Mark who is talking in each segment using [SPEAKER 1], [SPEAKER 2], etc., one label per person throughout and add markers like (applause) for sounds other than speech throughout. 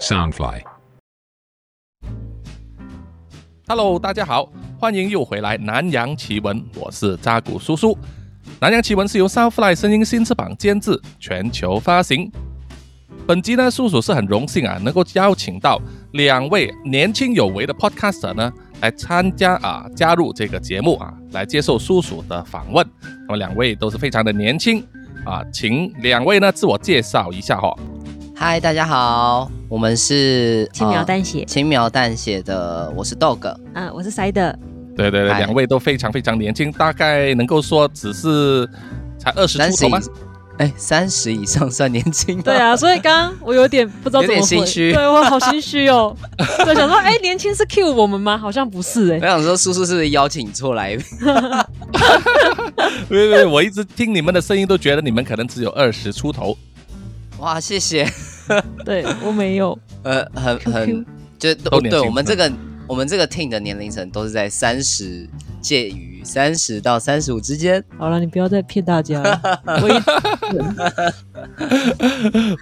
[SPEAKER 1] Soundfly。
[SPEAKER 2] Hello，大家好，欢迎又回来《南洋奇闻》，我是扎古叔叔。《南洋奇闻》是由 Soundfly 声音新翅膀监制，全球发行。本集呢，叔叔是很荣幸啊，能够邀请到两位年轻有为的 podcaster 呢，来参加啊，加入这个节目啊，来接受叔叔的访问。那么两位都是非常的年轻啊，请两位呢自我介绍一下哈、哦。
[SPEAKER 3] 嗨，大家好，我们是
[SPEAKER 4] 轻描淡写
[SPEAKER 3] 呃轻描淡写的，我是 Dog，
[SPEAKER 4] 啊，我是 Side，
[SPEAKER 2] 对对对，
[SPEAKER 3] 嗨
[SPEAKER 2] 两位都非常非常年轻，大概能够说只是才二十
[SPEAKER 3] 三
[SPEAKER 2] 出
[SPEAKER 3] 十
[SPEAKER 2] 头
[SPEAKER 3] 以
[SPEAKER 2] 吗？，
[SPEAKER 3] 哎，三十以上算年轻吗
[SPEAKER 4] 对， (laughs) 啊，所以刚刚我有点不知道
[SPEAKER 3] 有
[SPEAKER 4] 怎么
[SPEAKER 3] 点
[SPEAKER 4] 回，
[SPEAKER 3] 心虚
[SPEAKER 4] 对我好心虚哦，就想说，哎、年轻是 Q 我们吗？好像不是哎、
[SPEAKER 3] 我想说叔叔是不是邀请错来，
[SPEAKER 2] (laughs) 对对，我一直听你们的声音都觉得你们可能只有二十出头。
[SPEAKER 3] (laughs)
[SPEAKER 2] (laughs)
[SPEAKER 3] 哇，谢谢，
[SPEAKER 4] 对我没有，
[SPEAKER 3] 呃，很
[SPEAKER 4] QQ
[SPEAKER 3] 很，就
[SPEAKER 2] 都年轻
[SPEAKER 3] 对我们这个我们这个 team 的年龄层都是在三十介于三十到三十五之间，
[SPEAKER 4] 好了，你不要再骗大家了，我一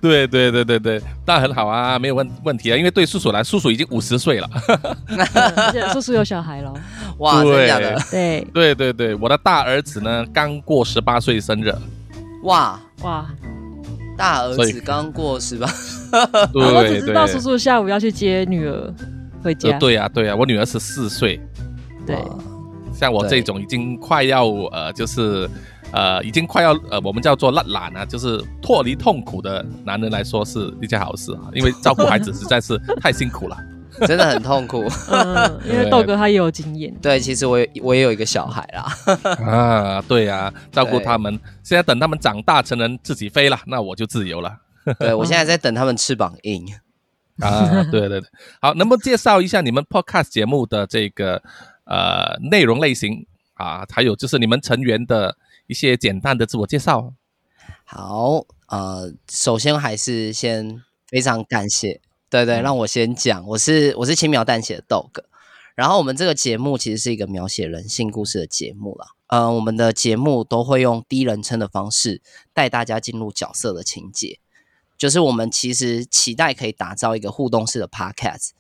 [SPEAKER 2] 对对对对对，那很好啊，没有问问题啊，因为对叔叔来，叔叔已经五十岁了。
[SPEAKER 4] 而且叔叔有小孩了，
[SPEAKER 3] 哇，真的假
[SPEAKER 2] 对
[SPEAKER 3] 的？
[SPEAKER 4] 对，
[SPEAKER 2] 对对对，我的大儿子呢刚过十八岁生日，
[SPEAKER 3] 哇，
[SPEAKER 4] 哇，
[SPEAKER 3] 大儿
[SPEAKER 2] 所以
[SPEAKER 3] 子刚过十八，
[SPEAKER 2] 对
[SPEAKER 4] 我只知道
[SPEAKER 2] 对
[SPEAKER 4] 叔叔下午要去接女儿回
[SPEAKER 2] 呃
[SPEAKER 4] 家，
[SPEAKER 2] 对呀、对呀、我女儿十四岁，
[SPEAKER 4] 对
[SPEAKER 3] 哇
[SPEAKER 2] 像我这
[SPEAKER 3] 对
[SPEAKER 2] 种已经快要呃就是呃已经快要呃我们叫做烂懒啊，就是脱离痛苦的男人来说是一件好事啊，因为照顾孩子实在是太辛苦了。
[SPEAKER 3] 真的很痛苦。
[SPEAKER 4] 嗯，因为豆哥他也有经验，
[SPEAKER 3] 对，其实我也我也有一个小孩啦，
[SPEAKER 2] (laughs) 啊，对呀、照顾
[SPEAKER 3] 对
[SPEAKER 2] 他们。现在等他们长大成人自己飞了，那我就自由了。
[SPEAKER 3] 对我现在在等他们翅膀硬。
[SPEAKER 2] 啊，对对对，好，能不能介绍一下你们 podcast 节目的这个呃内容类型啊？还有就是你们成员的一些简单的自我介绍。
[SPEAKER 3] 好，呃，首先还是先非常感谢，对对，让我先讲，我是我是轻描淡写的 dog，然后我们这个节目其实是一个描写人性故事的节目啦，呃，我们的节目都会用第一人称的方式带大家进入角色的情节，就是我们其实期待可以打造一个互动式的 podcast，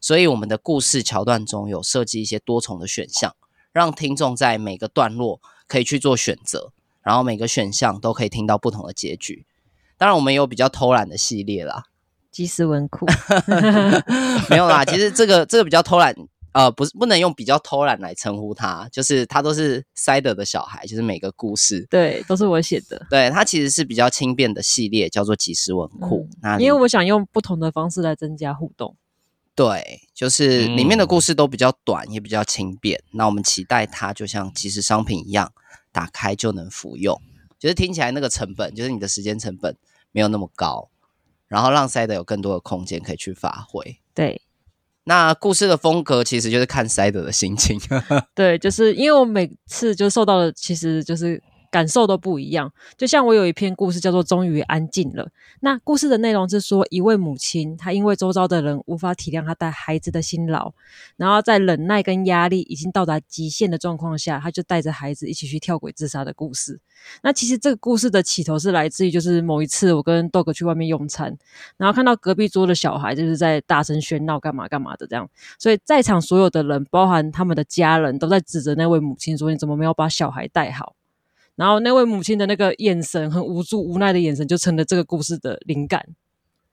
[SPEAKER 3] 所以我们的故事桥段中有设计一些多重的选项，让听众在每个段落可以去做选择，然后每个选项都可以听到不同的结局。当然，我们也有比较偷懒的系列啦， (laughs)
[SPEAKER 4] 及时文库，
[SPEAKER 3] 没有啦。其实这个这个比较偷懒，呃，不是不能用比较偷懒来称呼他，就是他都是 Side 的小孩，就是每个故事，
[SPEAKER 4] 对，都是我写的。
[SPEAKER 3] 对他其实是比较轻便的系列，叫做即时文库。
[SPEAKER 4] 嗯
[SPEAKER 3] 那里
[SPEAKER 4] 因为我想用不同的方式来增加互动。
[SPEAKER 3] 对，就是里面的
[SPEAKER 2] 嗯
[SPEAKER 3] 故事都比较短，也比较轻便。那我们期待它就像即时商品一样，打开就能服用。就是听起来那个成本，就是你的时间成本没有那么高，然后让 Side 有更多的空间可以去发挥。
[SPEAKER 4] 对
[SPEAKER 3] 那故事的风格其实就是看 Side 的心情。 (laughs)
[SPEAKER 4] 对，就是因为我每次就受到的其实就是感受都不一样。就像我有一篇故事叫做《终于安静了》，那故事的内容是说，一位母亲她因为周遭的人无法体谅她带孩子的辛劳，然后在忍耐跟压力已经到达极限的状况下，她就带着孩子一起去跳轨自杀的故事。那其实这个故事的起头是来自于就是某一次我跟豆哥去外面用餐，然后看到隔壁桌的小孩就是在大声喧闹干嘛干嘛的这样。所以在场所有的人，包含他们的家人，都在指责那位母亲说：“你怎么没有把小孩带好？”然后那位母亲的那个眼神，很无助、无奈的眼神，就成了这个故事的灵感。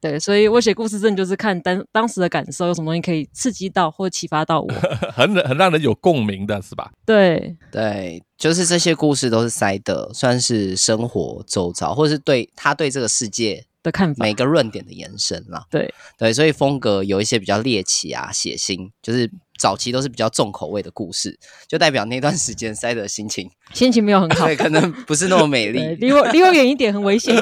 [SPEAKER 4] 对，所以我写故事真的就是看当当时的感受，有什么东西可以刺激到或启发到我。
[SPEAKER 2] 很很让人有共鸣的是吧？
[SPEAKER 4] 对，
[SPEAKER 3] 对，就是这些故事都是 Side 算是生活周遭，或者是对他对这个世界
[SPEAKER 4] 的看法
[SPEAKER 3] 每个论点的延伸啦。
[SPEAKER 4] 对
[SPEAKER 3] 对，所以风格有一些比较猎奇啊、血腥，就是早期都是比较重口味的故事，就代表那段时间塞德的心情，
[SPEAKER 4] 心情没 (laughs) 有很好
[SPEAKER 3] 对，，可能不是那么
[SPEAKER 4] (laughs)
[SPEAKER 3] 美
[SPEAKER 4] 对，
[SPEAKER 3] 丽。
[SPEAKER 4] 离我离我远一点，很危险。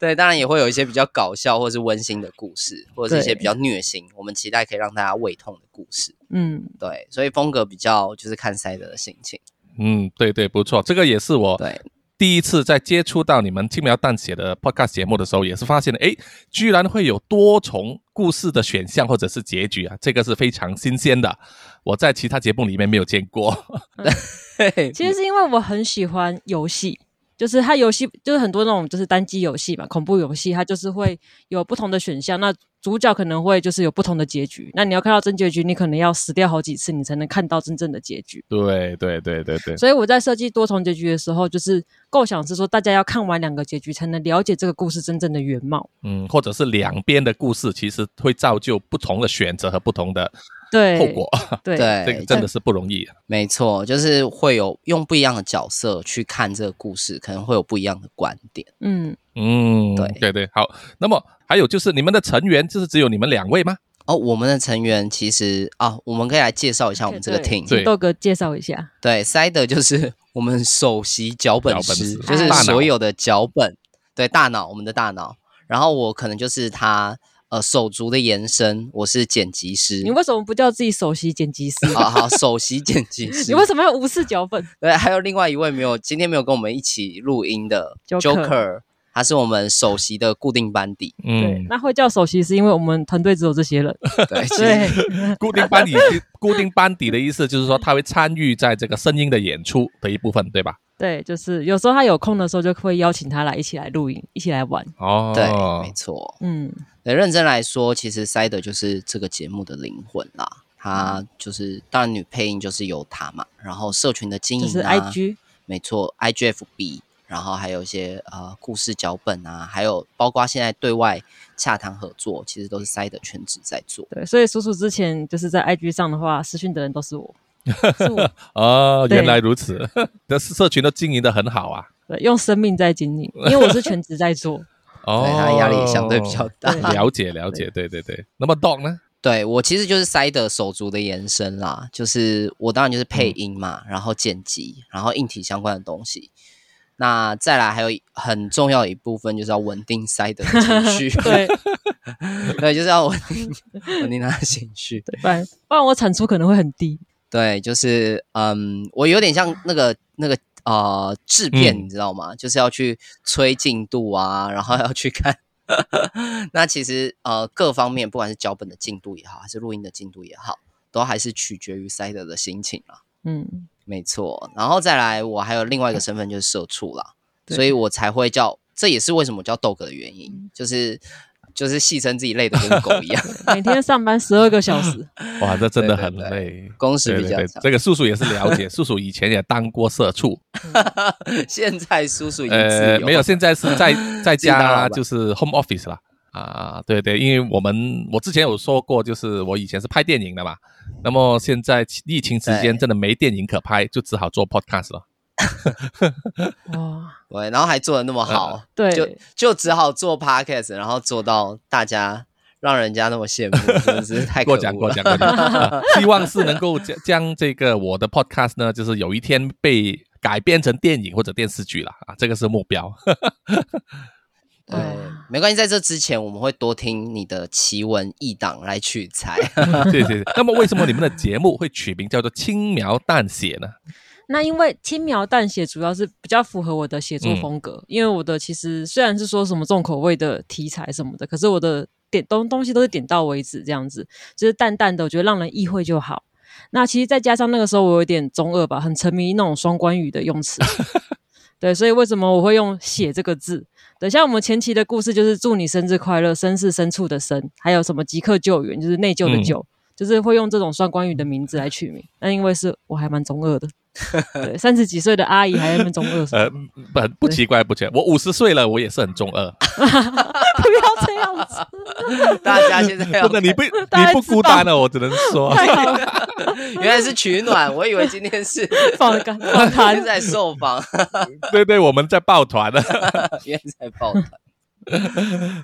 [SPEAKER 3] 对，当然也会有一些比较搞笑或是温馨的故事，或者是一些
[SPEAKER 4] 对
[SPEAKER 3] 比较虐心，我们期待可以让大家胃痛的故事。
[SPEAKER 4] 嗯，
[SPEAKER 3] 对，所以风格比较就是看塞德的心情。
[SPEAKER 2] 嗯，对对，不错，这个也是我
[SPEAKER 3] 对，
[SPEAKER 2] 第一次在接触到你们轻描淡写的 podcast 节目的时候，也是发现了，诶，居然会有多重故事的选项或者是结局啊，这个是非常新鲜的，我在其他节目里面没有见过。
[SPEAKER 4] (laughs) (laughs) 其实是因为我很喜欢游戏，就是它游戏就是很多那种就是单机游戏嘛，恐怖游戏，它就是会有不同的选项。那主角可能会就是有不同的结局。那你要看到真结局，你可能要死掉好几次，你才能看到真正的结局。
[SPEAKER 2] 对对对对对，
[SPEAKER 4] 所以我在设计多重结局的时候，就是构想是说，大家要看完两个结局，才能了解这个故事真正的原貌。
[SPEAKER 2] 嗯，或者是两边的故事，其实会造就不同的选择和不同的
[SPEAKER 4] 对，
[SPEAKER 2] 后果， (laughs)
[SPEAKER 4] 对，
[SPEAKER 2] 这个
[SPEAKER 3] 对，
[SPEAKER 2] 真的是不容易。啊
[SPEAKER 3] 没错，就是会有用不一样的角色去看这个故事，可能会有不一样的观点。
[SPEAKER 4] 嗯，
[SPEAKER 2] 嗯，
[SPEAKER 3] 对
[SPEAKER 2] 对对，好。那么还有就是你们的成员就是只有你们两位吗？
[SPEAKER 3] 哦，我们的成员其实啊，我们可以来介绍一下我们这个
[SPEAKER 4] 对
[SPEAKER 3] team。
[SPEAKER 2] 对
[SPEAKER 4] 请豆哥介绍一下。
[SPEAKER 3] 对塞德就是 (laughs) 我们首席脚本师，
[SPEAKER 2] 脚
[SPEAKER 3] 就
[SPEAKER 4] 本师
[SPEAKER 3] 是
[SPEAKER 4] 大脑
[SPEAKER 3] 所有的脚本，对大脑，我们的大脑。然后我可能就是他呃手足的延伸，我是剪辑师
[SPEAKER 4] 你。为什么不叫自己首席剪辑师？
[SPEAKER 3] 啊好，首席剪
[SPEAKER 4] (laughs)
[SPEAKER 3] 辑师
[SPEAKER 4] 你。为什么要无视脚本？
[SPEAKER 3] 对，还有另外一位没有今天没有跟我们一起录音的
[SPEAKER 4] Joker
[SPEAKER 3] Joker，他是我们首席的固定班底。
[SPEAKER 4] 对
[SPEAKER 2] 嗯，，
[SPEAKER 4] 那会叫首席是因为我们团队只有这些人。 (laughs)
[SPEAKER 3] 对，其实
[SPEAKER 4] 对，
[SPEAKER 2] 固定班底， (laughs) 固定班底的意思就是说他会参与在这个声音的演出的一部分，对吧？
[SPEAKER 4] 对，就是有时候他有空的时候，就会邀请他来一起来录影，一起来玩。
[SPEAKER 2] 哦，
[SPEAKER 3] 对，没错。
[SPEAKER 4] 嗯，
[SPEAKER 3] 对，认真来说，其实塞德就是这个节目的灵魂啦。他
[SPEAKER 4] 嗯
[SPEAKER 3] 就是，当然女配音就是由他嘛，然后社群的经营、
[SPEAKER 4] 就
[SPEAKER 3] 啊，
[SPEAKER 4] 是 IG，
[SPEAKER 3] 没错，IGFB，然后还有一些呃故事脚本啊，还有包括现在对外洽谈合作，其实都是塞德全职在做。
[SPEAKER 4] 对，所以叔叔之前就是在 IG 上的话，私讯的人
[SPEAKER 3] (laughs)
[SPEAKER 4] 都是我，是我，
[SPEAKER 2] 哦，
[SPEAKER 4] 对
[SPEAKER 2] 原来如此， (laughs) 那社群都经营的很好啊。
[SPEAKER 4] 对，用生命在经营，因为我是全职在做。
[SPEAKER 2] 哦，
[SPEAKER 3] 对，他的压力也相对比较 (laughs) 大。
[SPEAKER 4] 对
[SPEAKER 2] 了解了解，对对对。那么 Dog 呢？
[SPEAKER 3] 对我其实就是塞德手足的延伸啦，就是我当然就是配音嘛，然后剪辑，然后硬体相关的东西。那再来还有一很重要的一部分就是要稳定塞德的情绪，
[SPEAKER 4] 对，
[SPEAKER 3] (laughs) 对，就是要稳定稳定他的情绪。
[SPEAKER 4] 对，不然不然我产出可能会很低。
[SPEAKER 3] 对，就是嗯，我有点像那个那个呃制片，
[SPEAKER 2] 嗯
[SPEAKER 3] 你知道吗？就是要去催进度啊，然后要去看。 (laughs) 那其实呃各方面，不管是脚本的进度也好，还是录音的进度也好，都还是取决于塞德的心情啦。
[SPEAKER 4] 嗯，
[SPEAKER 3] 没错，然后再来，我还有另外一
[SPEAKER 2] 嗯
[SPEAKER 3] 个身份就是社畜啦，
[SPEAKER 4] 对
[SPEAKER 3] 所以我才会叫，这也是为什么我叫豆哥的原
[SPEAKER 2] 嗯
[SPEAKER 3] 因，就是就是戏称自己累得跟狗
[SPEAKER 2] (laughs)
[SPEAKER 3] 一样，
[SPEAKER 4] 每天上班十二个小 (laughs) 时，
[SPEAKER 2] 哇，这真的很
[SPEAKER 3] 对对
[SPEAKER 2] 累。
[SPEAKER 3] 工时
[SPEAKER 2] 对
[SPEAKER 3] 比
[SPEAKER 2] 对
[SPEAKER 3] 较
[SPEAKER 2] 对，
[SPEAKER 3] 长。
[SPEAKER 2] 这个叔叔也是了解， (laughs) 叔叔以前也当过社畜，
[SPEAKER 3] 现在叔叔已经自由
[SPEAKER 2] 呃，
[SPEAKER 3] 了，
[SPEAKER 2] 没有，现在是
[SPEAKER 3] (laughs)
[SPEAKER 2] 在在
[SPEAKER 3] 自己当老
[SPEAKER 2] 家
[SPEAKER 3] 板
[SPEAKER 2] 就是 home office 啦。啊，对对，因为我们我之前有说过，就是我以前是拍电影的嘛，那么现在疫情期间
[SPEAKER 3] 对
[SPEAKER 2] 真的没电影可拍，就只好做 podcast 了。
[SPEAKER 4] 哇，
[SPEAKER 3] 对，然后还做的那么好，
[SPEAKER 4] 对，
[SPEAKER 3] 就就只好做 podcast，然后做到大家让人家那么羡慕，真的是太可
[SPEAKER 2] 过
[SPEAKER 3] 恶
[SPEAKER 2] 奖
[SPEAKER 3] 了。
[SPEAKER 2] 过奖过奖、
[SPEAKER 3] (laughs)
[SPEAKER 2] 啊希望是能够将将这个我的 podcast 呢，就是有一天被改编成电影或者电视剧了啊，这个是目
[SPEAKER 3] (laughs)
[SPEAKER 2] 标。
[SPEAKER 3] 对
[SPEAKER 4] 哇，
[SPEAKER 3] 没关系，在这之前我们会多听你的奇闻异档来取材。 (laughs)
[SPEAKER 2] 对对对。那么为什么你们的节目会取名叫做轻描淡写
[SPEAKER 3] (laughs)
[SPEAKER 2] 呢？
[SPEAKER 4] 那因为轻描淡写主要是比较符合我的写作风格，因为我的其实虽然是说什么重口味的题材什么的，可是我的点东东西都是点到为止，这样子就是淡淡的，我觉得让人意会就好。那其实再加上那个时候我有点中二吧，很沉迷那种双关语的用词。对，所以为什么我会用“写”这个字？等像我们前期的故事就是祝你生日快乐，生是深处的生，还有什么即刻救援，就是内疚的
[SPEAKER 2] 嗯
[SPEAKER 4] 救，就是会用这种双关语的名字来取名。那因为是我还蛮中二的，对，三十几岁的阿姨还在那边中二
[SPEAKER 2] (laughs)
[SPEAKER 4] 什么
[SPEAKER 2] 呃，不不奇怪不奇怪，我五十岁了，我也是很中二。
[SPEAKER 4] 不要这样子，
[SPEAKER 3] 大家
[SPEAKER 2] (laughs)
[SPEAKER 3] 现在要
[SPEAKER 2] 真的，
[SPEAKER 3] (laughs)
[SPEAKER 2] 你不
[SPEAKER 4] 大
[SPEAKER 2] 你
[SPEAKER 4] 家
[SPEAKER 2] 不
[SPEAKER 4] 知道
[SPEAKER 2] 孤单了，我只能说。 (laughs)
[SPEAKER 4] 太好了，
[SPEAKER 3] 原来是取暖，我以为今天是
[SPEAKER 4] 放干放
[SPEAKER 2] (laughs)
[SPEAKER 3] 现 (laughs)
[SPEAKER 4] 开。
[SPEAKER 3] 在受访，
[SPEAKER 2] 对对，我们在抱团了。 (laughs)
[SPEAKER 3] 原来在抱团。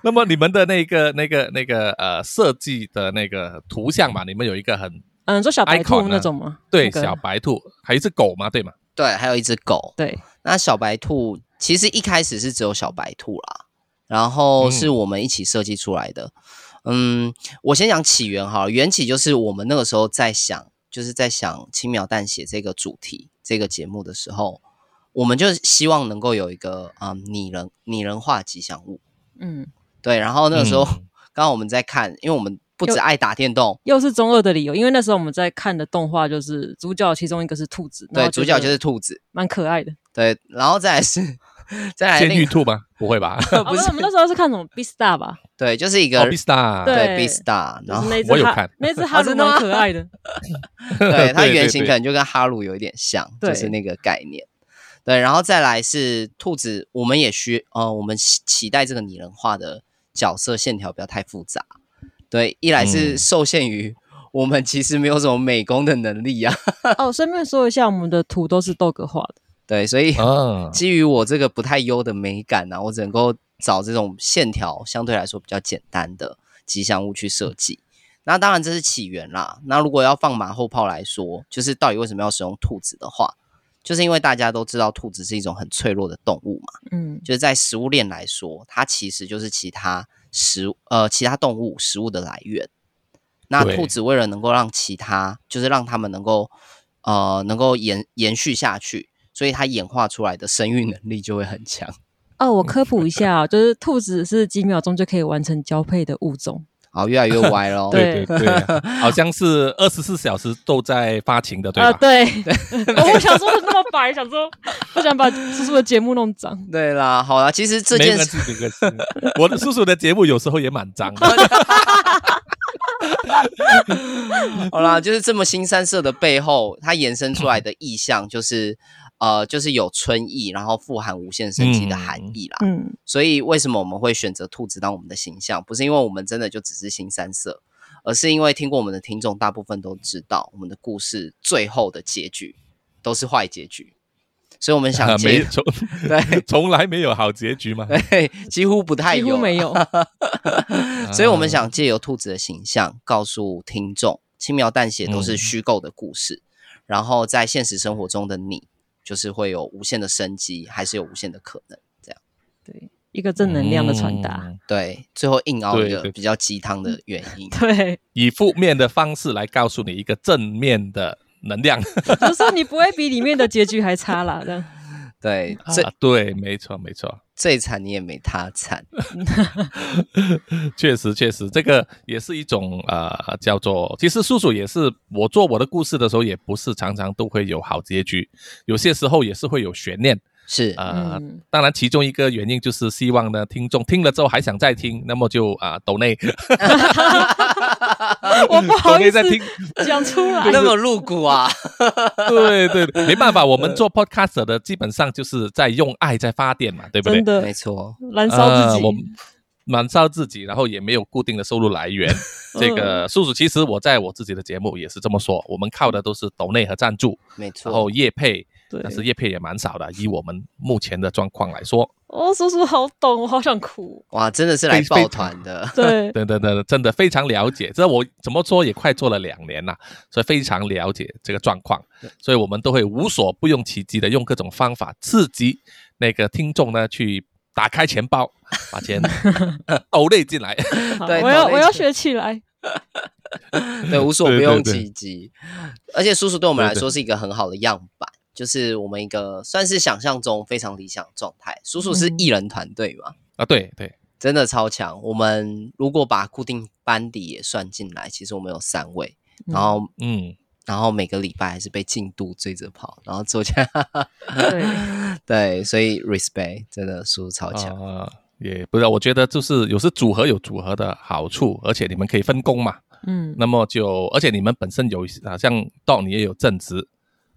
[SPEAKER 2] 那么你们的那个那个那个呃设计的那个图像嘛，你们有一个很
[SPEAKER 4] 嗯，做小白
[SPEAKER 2] Icon
[SPEAKER 4] 兔
[SPEAKER 2] 啊
[SPEAKER 4] 那种吗？
[SPEAKER 2] 对
[SPEAKER 4] 那个
[SPEAKER 2] 小白兔，还有一只狗嘛，对吗？
[SPEAKER 3] 对，还有一只狗。
[SPEAKER 4] 对，
[SPEAKER 3] 那小白兔其实一开始是只有小白兔啦，然后
[SPEAKER 2] 嗯
[SPEAKER 3] 是我们一起设计出来的。嗯我先讲起源哈，缘起就是我们那个时候在想，就是在想轻描淡写这个主题这个节目的时候，我们就希望能够有一个啊、嗯拟人拟人化吉祥物。
[SPEAKER 4] 嗯，
[SPEAKER 3] 对，然后那个时候、
[SPEAKER 2] 嗯
[SPEAKER 3] (laughs) 刚刚我们在看，因为我们不
[SPEAKER 4] 又
[SPEAKER 3] 只爱打电动，
[SPEAKER 4] 又是中二的理由，因为那时候我们在看的动画就是主角其中一个是兔子，然
[SPEAKER 3] 对，
[SPEAKER 4] 后
[SPEAKER 3] 主角
[SPEAKER 4] 觉
[SPEAKER 3] 就
[SPEAKER 4] 得 (laughs)
[SPEAKER 3] 是兔子，
[SPEAKER 4] 蛮可爱的，
[SPEAKER 3] 对，然后再来是 (laughs) 再来
[SPEAKER 2] 先
[SPEAKER 3] 另
[SPEAKER 2] 预吐吗？不会
[SPEAKER 3] (laughs)
[SPEAKER 2] 吧？
[SPEAKER 4] 啊不是，我们那时候是看什么 B Star 吧？
[SPEAKER 3] 对，就是一
[SPEAKER 2] 哦
[SPEAKER 3] 个
[SPEAKER 2] b Star，
[SPEAKER 4] 对
[SPEAKER 3] 对 B Star，
[SPEAKER 4] 就
[SPEAKER 3] 然
[SPEAKER 4] 是
[SPEAKER 3] 后
[SPEAKER 4] 那一只
[SPEAKER 2] 我有
[SPEAKER 4] 哈
[SPEAKER 2] 看
[SPEAKER 4] 那只哈
[SPEAKER 3] 啊
[SPEAKER 4] 鲁
[SPEAKER 3] 真的吗
[SPEAKER 4] 蛮可爱哦 (laughs)
[SPEAKER 2] (laughs)
[SPEAKER 4] 的。
[SPEAKER 3] 对，它
[SPEAKER 2] 对对
[SPEAKER 3] 原型
[SPEAKER 2] 对
[SPEAKER 3] 可能就跟哈鲁有一点像，就
[SPEAKER 4] 对
[SPEAKER 3] 是那个概念。对，然后再来是兔子，我们也需呃，我们期期待这个拟人化的角色线条不要太复杂。对，一来是
[SPEAKER 2] 嗯
[SPEAKER 3] 受限于我们其实没有什么美工的能力啊，
[SPEAKER 4] 哦，顺便说一下，我们的图都是豆哥画的。
[SPEAKER 3] 对，所以
[SPEAKER 2] 嗯，
[SPEAKER 3] 基于我这个不太优的美感呢、啊，我只能够找这种线条相对来说比较简单的吉祥物去设计。那当然这是起源啦。那如果要放马后炮来说，就是到底为什么要使用兔子的话，就是因为大家都知道兔子是一种很脆弱的动物嘛。
[SPEAKER 4] 嗯，
[SPEAKER 3] 就是在食物链来说，它其实就是其他食呃其他动物食物的来源。那
[SPEAKER 2] 对
[SPEAKER 3] 兔子为了能够让其他，就是让它们能够呃能够延延续下去，所以它演化出来的生育能力就会很强。
[SPEAKER 4] 哦，我科普一下
[SPEAKER 2] (laughs)
[SPEAKER 4] 哦，就是兔子是几秒钟就可以完成交配的物种。
[SPEAKER 3] 好，越来越歪喽。
[SPEAKER 2] (laughs) 对对对，好像是二十四小时都在发情的，对
[SPEAKER 4] 啊，
[SPEAKER 2] 吧？
[SPEAKER 4] 对， (laughs) 我想说的那么白，想说不想把叔叔的节目弄脏。
[SPEAKER 3] 对啦，好啦，其实这
[SPEAKER 2] 没
[SPEAKER 3] 件
[SPEAKER 2] 关
[SPEAKER 3] 事
[SPEAKER 2] 系，没关系。我的叔叔的节目有时候也蛮脏的，
[SPEAKER 3] (laughs) 好啦，就是这么新三色的背后，它延伸出来的意象就是呃就是有春意，然后富含无限生机的含
[SPEAKER 2] 嗯
[SPEAKER 3] 义啦。
[SPEAKER 4] 嗯，
[SPEAKER 3] 所以为什么我们会选择兔子当我们的形象？不是因为我们真的就只是新三色，而是因为听过我们的听众大部分都知道，我们的故事最后的结局都是坏结局，所以我们 (laughs) 想
[SPEAKER 2] 啊 (laughs) 没
[SPEAKER 3] 接、
[SPEAKER 2] 从
[SPEAKER 3] 对
[SPEAKER 2] 从来没有好结局嘛。
[SPEAKER 3] 对几乎不太
[SPEAKER 4] 几乎
[SPEAKER 3] 有，
[SPEAKER 4] 没有。
[SPEAKER 3] 所以
[SPEAKER 2] 啊
[SPEAKER 3] 我们想借由兔子的形象告诉听众，轻描淡写都是
[SPEAKER 2] 嗯
[SPEAKER 3] 虚构的故事，然后在现实生活中的你，就是会有无限的生机，还是有无限的可能。
[SPEAKER 4] 对，一个正能量的传达。
[SPEAKER 2] 嗯
[SPEAKER 3] 对，最后硬凹一
[SPEAKER 2] 对
[SPEAKER 3] 个
[SPEAKER 2] 对
[SPEAKER 3] 比较鸡汤的原因。
[SPEAKER 4] 对，
[SPEAKER 2] 以负面的方式来告诉你一个正面的能量。
[SPEAKER 4] (laughs) 就是说你不会比里面的结局还差啦。这
[SPEAKER 2] (laughs)
[SPEAKER 4] 样，
[SPEAKER 3] 对，
[SPEAKER 4] 嗯
[SPEAKER 2] 啊
[SPEAKER 3] 最
[SPEAKER 2] 对，没错，没错。
[SPEAKER 3] 最惨你也没他惨。
[SPEAKER 2] 确实，确实，这个也是一种呃，叫做其实叔叔也是我做我的故事的时候，也不是常常都会有好结局，有些时候也是会有悬念。
[SPEAKER 3] 是，
[SPEAKER 2] 呃，
[SPEAKER 4] 嗯
[SPEAKER 2] 当然其中一个原因就是希望呢，听众听了之后还想再听，那么就啊，抖、内
[SPEAKER 4] (laughs) 我不
[SPEAKER 2] 抖
[SPEAKER 4] 好意
[SPEAKER 2] 内啊在听
[SPEAKER 4] 思讲出
[SPEAKER 2] (laughs)
[SPEAKER 4] 来。
[SPEAKER 3] 那么露骨啊！
[SPEAKER 2] 对对，对没办法，我
[SPEAKER 4] (laughs) 嗯
[SPEAKER 2] 们做 podcaster 的基本上就是在用爱在发电嘛，对不对
[SPEAKER 4] 真？的
[SPEAKER 3] 没错，
[SPEAKER 4] 燃烧自
[SPEAKER 2] 呃我
[SPEAKER 4] 己，
[SPEAKER 2] 燃烧自己，然后也没有固定的收入来
[SPEAKER 4] (laughs)
[SPEAKER 2] 源。这
[SPEAKER 4] 嗯
[SPEAKER 2] 个叔叔，其实我在我自己的节目也是这么说，我们靠的都是抖内和赞助，
[SPEAKER 3] 没
[SPEAKER 2] 然后
[SPEAKER 3] 错。
[SPEAKER 2] 业配，
[SPEAKER 4] 对
[SPEAKER 2] 但是业配也蛮少的，以我们目前的状况来说，
[SPEAKER 4] 哦，叔叔好懂，我好想
[SPEAKER 2] (laughs)
[SPEAKER 4] 哭。
[SPEAKER 3] 哇，真的是来
[SPEAKER 2] 非
[SPEAKER 3] 抱
[SPEAKER 2] (laughs)
[SPEAKER 3] 团的。
[SPEAKER 4] 对，
[SPEAKER 2] 对对对，真的非常了解。这我怎么说也快做了两年了，所以非常了解这个状况，所以我们都会无所不用其极的用各种方法刺激那个听众呢去打开钱包，把
[SPEAKER 4] (laughs)
[SPEAKER 2] 钱呃抖内进来。
[SPEAKER 4] 好
[SPEAKER 3] 对
[SPEAKER 4] 我要
[SPEAKER 3] 脑内
[SPEAKER 4] 我要
[SPEAKER 3] 切
[SPEAKER 4] 学
[SPEAKER 2] (laughs)
[SPEAKER 4] 起来。
[SPEAKER 3] 对，无所不
[SPEAKER 2] 对对
[SPEAKER 3] 用
[SPEAKER 2] 对
[SPEAKER 3] 其极。而且叔叔对我们来
[SPEAKER 2] 对对
[SPEAKER 3] 说是一个很好的样板，就是我们一个算是想象中非常理想的状态。叔叔是
[SPEAKER 4] 嗯
[SPEAKER 3] 艺人团队嘛，
[SPEAKER 2] 啊，对对，
[SPEAKER 3] 真的超强。我们如果把固定班底也算进来，其实我们有三位，
[SPEAKER 4] 嗯
[SPEAKER 3] 然后
[SPEAKER 2] 嗯，
[SPEAKER 3] 然后每个礼拜还是被进度追着跑，然后做家
[SPEAKER 4] 对，
[SPEAKER 3] (laughs) 对，所以 respect 真的叔叔超强。
[SPEAKER 2] 啊、也不知道，我觉得就是有时组合有组合的好处，而且你们可以分工嘛。
[SPEAKER 4] 嗯，
[SPEAKER 2] 那么就，而且你们本身有啊，像 Don 你也有正职，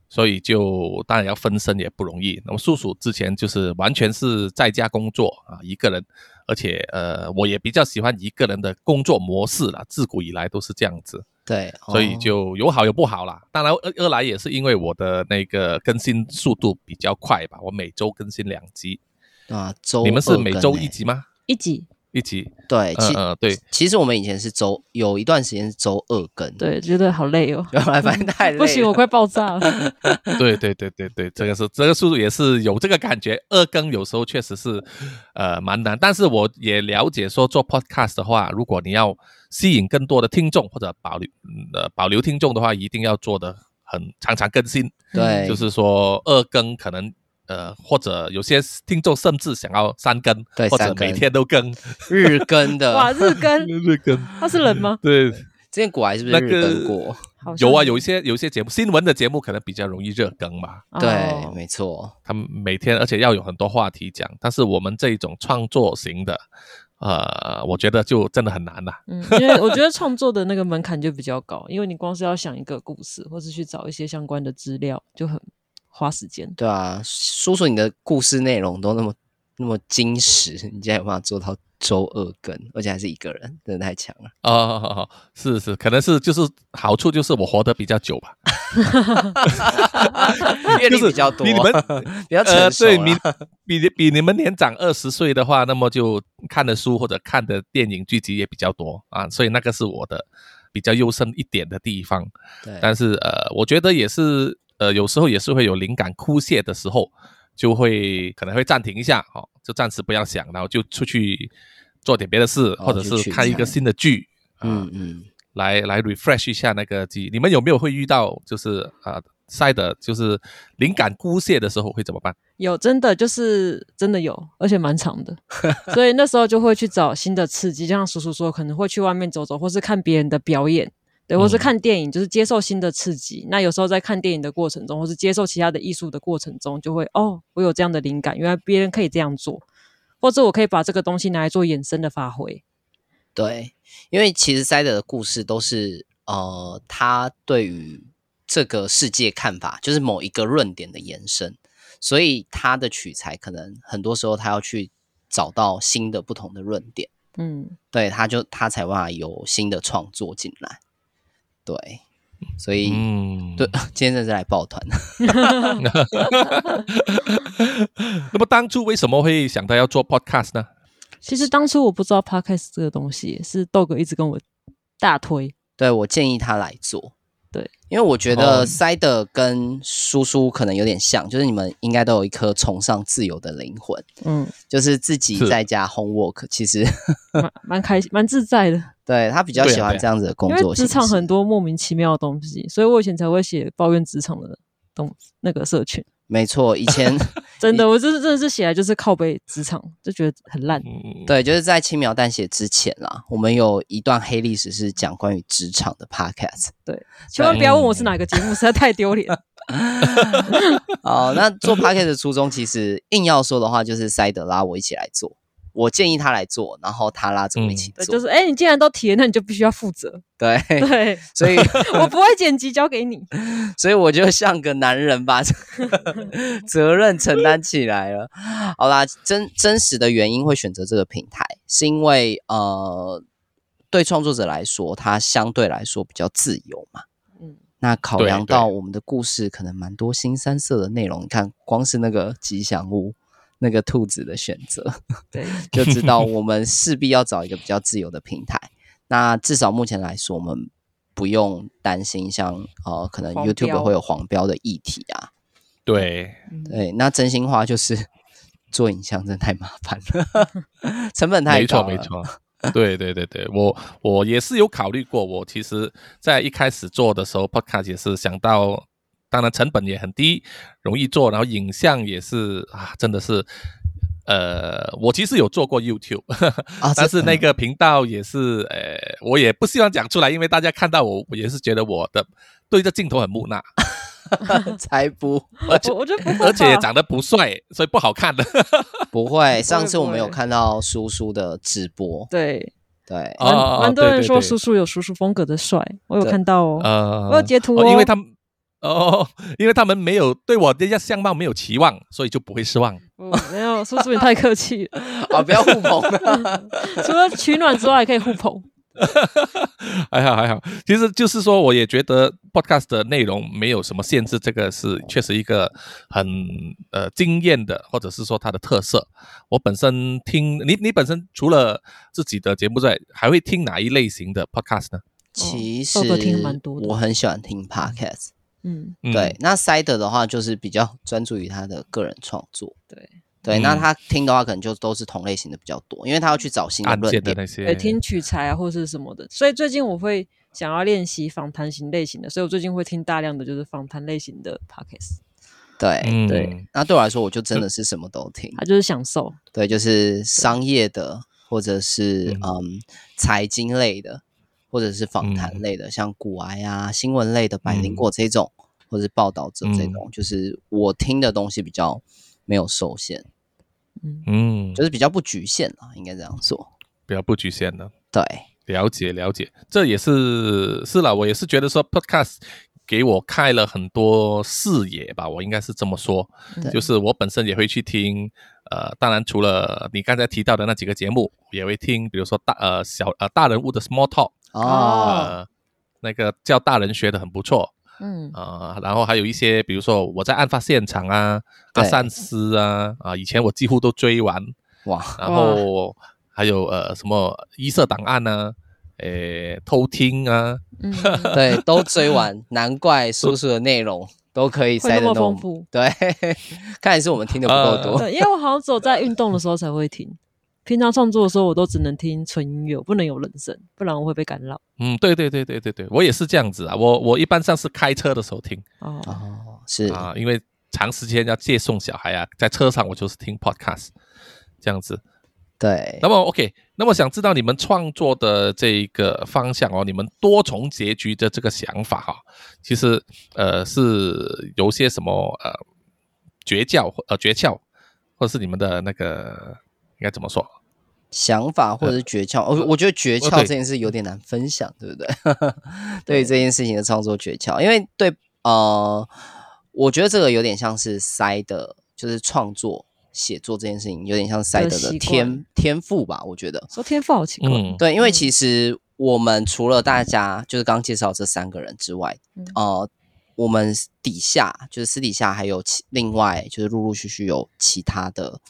[SPEAKER 2] 所以就当然要分身也不容易。那么叔叔之前就是完全是在家工作啊，一个人，而且呃，我也比较喜欢一个人的工作模式啦，自古以来都是这样子，
[SPEAKER 3] 对，
[SPEAKER 2] 所以
[SPEAKER 3] 哦
[SPEAKER 2] 就有好有不好啦。当然，二二来也是因为我的那个更新速度比较快吧，我每周更新两集。
[SPEAKER 3] 啊，周
[SPEAKER 2] 你们是
[SPEAKER 3] 二
[SPEAKER 2] 每
[SPEAKER 3] 更
[SPEAKER 2] 周
[SPEAKER 3] 欸
[SPEAKER 2] 一集吗？
[SPEAKER 4] 一集，
[SPEAKER 2] 一集？
[SPEAKER 3] 对，
[SPEAKER 2] 嗯
[SPEAKER 3] 其、
[SPEAKER 2] 嗯，
[SPEAKER 3] (laughs)
[SPEAKER 2] 对，
[SPEAKER 3] 其实我们以前是周有一段时间是周二更，，
[SPEAKER 4] 对，觉得好累哦，
[SPEAKER 3] 原来反正太累了，
[SPEAKER 4] (laughs) 不行，我快爆炸
[SPEAKER 3] (laughs)
[SPEAKER 4] 了。
[SPEAKER 2] 对对对对对，这个是这个速度也是有这个感觉。二更有时候确实是，呃，蛮难。但是我也了解说，做 podcast 的话，如果你要吸引更多的听众或者保留嗯呃保留听众的话，一定要做的很常常更新。
[SPEAKER 3] 对，
[SPEAKER 2] 嗯就是说二更可能呃，或者有些听众甚至想要三更，
[SPEAKER 3] 对
[SPEAKER 2] 或者
[SPEAKER 3] 三更
[SPEAKER 2] 每天都
[SPEAKER 3] (laughs)
[SPEAKER 2] 更
[SPEAKER 3] 日更
[SPEAKER 4] (laughs) 哇，
[SPEAKER 3] 的。
[SPEAKER 4] 日更，
[SPEAKER 2] 日更。
[SPEAKER 4] 他是人吗？
[SPEAKER 2] 对，
[SPEAKER 3] 之前古癌是不
[SPEAKER 2] 那
[SPEAKER 3] 是日更
[SPEAKER 2] 个
[SPEAKER 3] 过？
[SPEAKER 4] 好像
[SPEAKER 2] 有啊，有一些有一些节目，新闻的节目可能比较容易热更嘛，
[SPEAKER 3] 对，
[SPEAKER 4] 哦
[SPEAKER 3] 没错，
[SPEAKER 2] 他们每天而且要有很多话题讲。但是我们这一种创作型的，呃，我觉得就真的很难了、
[SPEAKER 4] 嗯，因为我觉得创作的那个门槛就比较高，因为你光是要想一个故事，或是去找一些相关的资料，就很花时间。
[SPEAKER 3] 对啊，叔叔你的故事内容都那么那么精实，你竟然有办法做到周二更，而且还是一个人，真的太强
[SPEAKER 4] (laughs)
[SPEAKER 3] 了。
[SPEAKER 2] 哦，是是，可能是就是好处就是我活得比较久吧，
[SPEAKER 3] 阅历
[SPEAKER 2] (laughs) 就是
[SPEAKER 3] 比较多，
[SPEAKER 2] 比
[SPEAKER 3] (laughs)
[SPEAKER 2] 你们
[SPEAKER 3] 比较
[SPEAKER 2] 呃，
[SPEAKER 3] 成熟啊
[SPEAKER 2] 对，
[SPEAKER 3] 啦、
[SPEAKER 2] 比比比你们年长二十岁的话，那么就看的书或者看的电影剧集也比较多啊，所以那个是我的比较优胜一点的地方。
[SPEAKER 3] 对，
[SPEAKER 2] 但是呃，我觉得也是呃，有时候也是会有灵感枯竭的时候，就会可能会暂停一下哦，就暂时不要想，然后就出去做点别的事，
[SPEAKER 3] 哦
[SPEAKER 2] 或者
[SPEAKER 3] 去
[SPEAKER 2] 是
[SPEAKER 3] 取
[SPEAKER 2] 看一个
[SPEAKER 3] 材
[SPEAKER 2] 新的剧，啊
[SPEAKER 3] 嗯嗯，
[SPEAKER 2] 来来 refresh 一下那个记忆。你们有没有会遇到就是呃晒的，就是灵感枯竭的时候会怎么办？
[SPEAKER 4] 有真的就是真的有，而且蛮长的，所以那时候就会去找新的刺激。就像叔叔说，可能会去外面走走，或是看别人的表演，对，或是
[SPEAKER 2] 嗯
[SPEAKER 4] 看电影，就是接受新的刺激。那有时候在看电影的过程中，或是接受其他的艺术的过程中，就会哦，我有这样的灵感，原来别人可以这样做，或者我可以把这个东西拿来做衍生的发挥。
[SPEAKER 3] 对，因为其实塞德的故事都是呃，他对于这个世界看法，就是某一个论点的延伸，所以他的取材可能很多时候他要去找到新的不同的论点，
[SPEAKER 4] 嗯，
[SPEAKER 3] 对，他就他才有办法有新的创作进来，对，所以、
[SPEAKER 2] 嗯，
[SPEAKER 3] 对， (laughs) 今天真的是来抱团，
[SPEAKER 2] (laughs) 那么当初为什么会想到要做 podcast 呢？
[SPEAKER 4] 其实当初我不知道 podcast 这个东西，是豆哥一直跟我大推。
[SPEAKER 3] 对我建议他来做。
[SPEAKER 4] 对，
[SPEAKER 3] 因为我觉得
[SPEAKER 2] 哦
[SPEAKER 3] 塞德跟叔叔可能有点像，就是你们应该都有一颗崇尚自由的灵魂，
[SPEAKER 4] 嗯，
[SPEAKER 3] 就是自己
[SPEAKER 2] 是
[SPEAKER 3] 在家 homework，其实
[SPEAKER 4] 蛮蛮开心，蛮自在的，
[SPEAKER 3] 对他比较
[SPEAKER 2] 对啊
[SPEAKER 3] 喜欢
[SPEAKER 2] 对啊
[SPEAKER 3] 这样子的工
[SPEAKER 4] 因
[SPEAKER 3] 作
[SPEAKER 4] 为
[SPEAKER 3] 形
[SPEAKER 4] 职
[SPEAKER 3] 式
[SPEAKER 4] 场很多莫名其妙的东西，所以我以前才会写抱怨职场的东那个社群。
[SPEAKER 3] 没错，以
[SPEAKER 2] (laughs)
[SPEAKER 3] 前
[SPEAKER 4] 真的，我真的真的是写来就是靠背职场，就觉得很烂。
[SPEAKER 2] 嗯，
[SPEAKER 3] 对，就是在轻描淡写之前啦，我们有一段黑历史是讲关于职场的 podcast。
[SPEAKER 4] 千万不要问我是哪个节目，实在太丢脸。
[SPEAKER 3] 哦，那做 podcast 的初衷其实硬要说的话，就是塞德拉我一起来做，我建议他来做，然后他拉着
[SPEAKER 2] 嗯
[SPEAKER 3] 我一起
[SPEAKER 4] 对，
[SPEAKER 3] 做，
[SPEAKER 4] 就是哎、你既然都提了，那你就必须要负责。 (laughs)
[SPEAKER 3] 对，
[SPEAKER 4] 对，
[SPEAKER 3] 所以
[SPEAKER 4] 我不会剪辑交给你。
[SPEAKER 3] 所以我就像个男人把这 (laughs) 个责任承担起来了。好啦，真真实的原因会选择这个平台，是因为呃，对创作者来说，它相对来说比较自由嘛。
[SPEAKER 4] 嗯，
[SPEAKER 3] 那考
[SPEAKER 2] 对
[SPEAKER 3] 量到
[SPEAKER 2] 对
[SPEAKER 3] 我们的故事可能蛮多新三色的内容，你看光是那个吉祥物。那个兔子的选择，
[SPEAKER 4] 对，
[SPEAKER 3] 就知道我们势必要找一个比较自由的平台。那至少目前来说，我们不用担心像呃，可能
[SPEAKER 4] 黄
[SPEAKER 3] YouTube
[SPEAKER 4] 标
[SPEAKER 3] 会有黄标的议题啊，
[SPEAKER 2] 对，
[SPEAKER 4] 嗯
[SPEAKER 3] 对，那真心话就是做影像真的太麻烦了， (laughs) 成本太
[SPEAKER 2] 没错
[SPEAKER 3] 高了。
[SPEAKER 2] 没。错，对对对对，我我也是有考虑过，我其实在一开始做的时候，podcast 也是想到，当然成本也很低，容易做，然后影像也是啊，真的是。呃，我其实有做过 YouTube，、
[SPEAKER 3] 啊
[SPEAKER 2] 但
[SPEAKER 3] 这
[SPEAKER 2] 是那个频道也是，呃，我也不希望讲出来，因为大家看到我，我也是觉得我的对着镜头很
[SPEAKER 3] (laughs)
[SPEAKER 2] 木讷，
[SPEAKER 3] 才不
[SPEAKER 2] 而且
[SPEAKER 4] 我我觉得不会
[SPEAKER 2] 而且
[SPEAKER 4] 吧
[SPEAKER 2] 长得不帅，所以不好看的。
[SPEAKER 3] 哦不会。上次我
[SPEAKER 4] 不
[SPEAKER 3] 们
[SPEAKER 4] 会
[SPEAKER 3] 有看到叔叔的直播，
[SPEAKER 4] 对，
[SPEAKER 3] 对， (laughs)
[SPEAKER 2] 哦
[SPEAKER 4] 蛮
[SPEAKER 2] 哦
[SPEAKER 4] 蛮多
[SPEAKER 2] 对
[SPEAKER 4] 人
[SPEAKER 2] 对
[SPEAKER 4] 说
[SPEAKER 2] 对
[SPEAKER 4] 叔叔有叔叔风格的帅，我有
[SPEAKER 3] 对
[SPEAKER 4] 看到哦。
[SPEAKER 2] 呃，
[SPEAKER 4] 我有截图
[SPEAKER 2] 哦，因为
[SPEAKER 4] 哦
[SPEAKER 2] 他们哦， (laughs) 因为他们没有对我的相貌没有期望，所以就不会失望。 (laughs)
[SPEAKER 4] 不嗯没有，叔叔你太客气了。 (laughs)
[SPEAKER 3] 啊，不要互捧了。
[SPEAKER 4] 除了取暖之外，还可以互捧。
[SPEAKER 2] 还好还好，其实就是说，我也觉得 podcast 的内容没有什么限制，这个是确实一个很呃惊艳的，或者是说它的特色。我本身听你你本身除了自己的节目之外，还会听哪一类型的 podcast 呢？
[SPEAKER 3] 其实
[SPEAKER 4] 豆哥听蛮多的
[SPEAKER 3] 我很喜欢听 podcast。
[SPEAKER 4] 嗯，
[SPEAKER 2] 嗯
[SPEAKER 3] 对，，那 Side 的话就是比较 (laughs) 专注于他的个人创作。
[SPEAKER 4] 对，
[SPEAKER 3] 对，那
[SPEAKER 2] 嗯
[SPEAKER 3] 他听的话可能就都是同类型的比较多，因为他要去找新的
[SPEAKER 2] 案
[SPEAKER 3] 论
[SPEAKER 2] 件的
[SPEAKER 3] 点。
[SPEAKER 2] 那些
[SPEAKER 4] 对，听取材啊，或是什么的。所以最近我会想要练习访谈型类型的，所以我最近会听大量的就是访谈类型的 podcast，
[SPEAKER 3] 对，
[SPEAKER 2] 嗯
[SPEAKER 4] 对
[SPEAKER 3] 那对我来说，我就真的是什么都听。
[SPEAKER 4] 它啊就是享受。
[SPEAKER 3] 对，就是商业的或者是
[SPEAKER 2] 嗯
[SPEAKER 3] 嗯财经类的，或者是访谈
[SPEAKER 2] 嗯
[SPEAKER 3] 类的，像古癌啊、新闻类的百灵果这种，或者是报道者
[SPEAKER 2] 嗯
[SPEAKER 3] 这种，就是我听的东西比较没有受限，
[SPEAKER 2] (laughs)
[SPEAKER 4] 嗯，
[SPEAKER 2] 嗯，
[SPEAKER 3] 就是比较不局限啊，应该这样说。
[SPEAKER 2] 比较不局限的。
[SPEAKER 3] 对，
[SPEAKER 2] 了解了解，这也是是啦，我也是觉得说 podcast 给我开了很多视野吧，我应该是这么说
[SPEAKER 4] 对，
[SPEAKER 2] 就是我本身也会去听，呃，当然除了你刚才提到的那几个节目，也会听，比如说大呃小呃大人物的 small talk，
[SPEAKER 3] 哦，
[SPEAKER 2] 呃，那个叫大人学的很不错，
[SPEAKER 4] 嗯，
[SPEAKER 2] 啊，然后还有一些，比如说我在案发现场啊、阿
[SPEAKER 3] 对
[SPEAKER 2] 善斯啊，啊，以前我几乎都追完，
[SPEAKER 3] 哇，
[SPEAKER 2] 然后还有呃什么一色档案啊，诶偷听啊，
[SPEAKER 4] 嗯，
[SPEAKER 2] (laughs)
[SPEAKER 4] (laughs)
[SPEAKER 3] 对，都追完，难怪叔叔的内容都可以塞得
[SPEAKER 4] 会那么
[SPEAKER 3] 那么
[SPEAKER 4] 丰富。
[SPEAKER 3] 对， (laughs) 看来是我们听的不够多。
[SPEAKER 4] 对，因为我好像只有在运动的时候才会听，平常创作的时候我都只能听纯音乐，我不能有人声，不然我会被干扰。
[SPEAKER 2] 嗯，对对对对对对，我也是这样子啊，我我一般上是开车的时候听
[SPEAKER 4] 哦，
[SPEAKER 3] 哦，是
[SPEAKER 2] 啊，因为长时间要接送小孩啊，在车上我就是听 podcast 这样子。
[SPEAKER 3] 对
[SPEAKER 2] 那，么 OK，那么想知道你们创作的这个方向哦，你们多重结局的这个想法哈、其实呃是有些什么呃诀窍呃诀窍，或者是你们的那个应该怎么说？
[SPEAKER 3] 想法或者是诀窍，
[SPEAKER 4] 呃
[SPEAKER 3] 哦，我觉得诀
[SPEAKER 2] 哦
[SPEAKER 3] 窍
[SPEAKER 2] 对
[SPEAKER 3] 这件事有点难分享，对
[SPEAKER 4] (laughs)
[SPEAKER 3] 不对？对于这件事情的创作诀窍，因为对呃，我觉得这个有点像是塞的，就是创作写作这件事情有点像塞德
[SPEAKER 4] 的
[SPEAKER 3] 的
[SPEAKER 4] 习惯
[SPEAKER 3] 天天赋吧，我觉得。
[SPEAKER 4] 说天赋好奇怪，
[SPEAKER 2] 嗯，
[SPEAKER 3] 对，因为
[SPEAKER 4] 嗯
[SPEAKER 3] 其实我们除了大家就是刚介绍这三个人之外
[SPEAKER 4] 嗯，
[SPEAKER 3] 呃，我们底下就是私底下还有其另外就是陆陆续续有其他的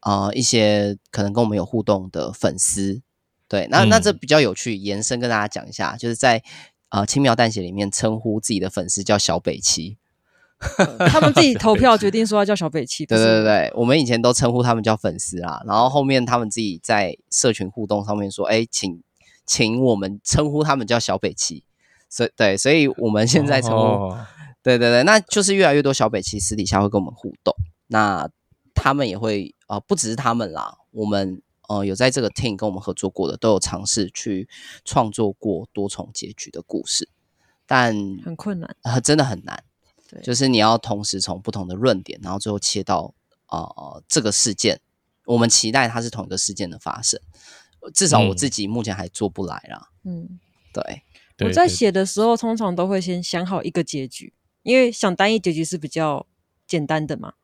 [SPEAKER 3] 呃一些可能跟我们有互动的粉丝。对，那那这
[SPEAKER 2] 嗯
[SPEAKER 3] 比较有趣，延伸跟大家讲一下，就是在呃轻描淡写里面称呼自己的粉丝叫小北七。
[SPEAKER 4] 他们
[SPEAKER 2] (laughs)
[SPEAKER 4] 自己投票决定说要叫小北七，
[SPEAKER 3] 对
[SPEAKER 4] 不
[SPEAKER 3] 对
[SPEAKER 4] 是
[SPEAKER 3] 对，对，我们以前都称呼他们叫粉丝啦，然后后面他们自己在社群互动上面说，哎，请请我们称呼他们叫小北齐，所以对，所以我们现在称呼，
[SPEAKER 2] 哦
[SPEAKER 3] 对对对，那就是越来越多小北齐私底下会跟我们互动，那他们也会呃，不只是他们啦，我们呃有在这个 team 跟我们合作过的，都有尝试去创作过多重结局的故事，但
[SPEAKER 4] 很困难。
[SPEAKER 3] 呃，真的很难。
[SPEAKER 4] 对
[SPEAKER 3] 就是你要同时从不同的论点，然后最后切到呃这个事件，我们期待它是同一个事件的发生。至少我
[SPEAKER 2] 嗯
[SPEAKER 3] 自己目前还做不来啦。
[SPEAKER 4] 嗯，
[SPEAKER 2] (laughs)
[SPEAKER 3] 对，
[SPEAKER 2] 对
[SPEAKER 4] 我在
[SPEAKER 2] 对
[SPEAKER 4] 写的时候通常都会先想好一个结局，因为想单一结局是比较简单的嘛。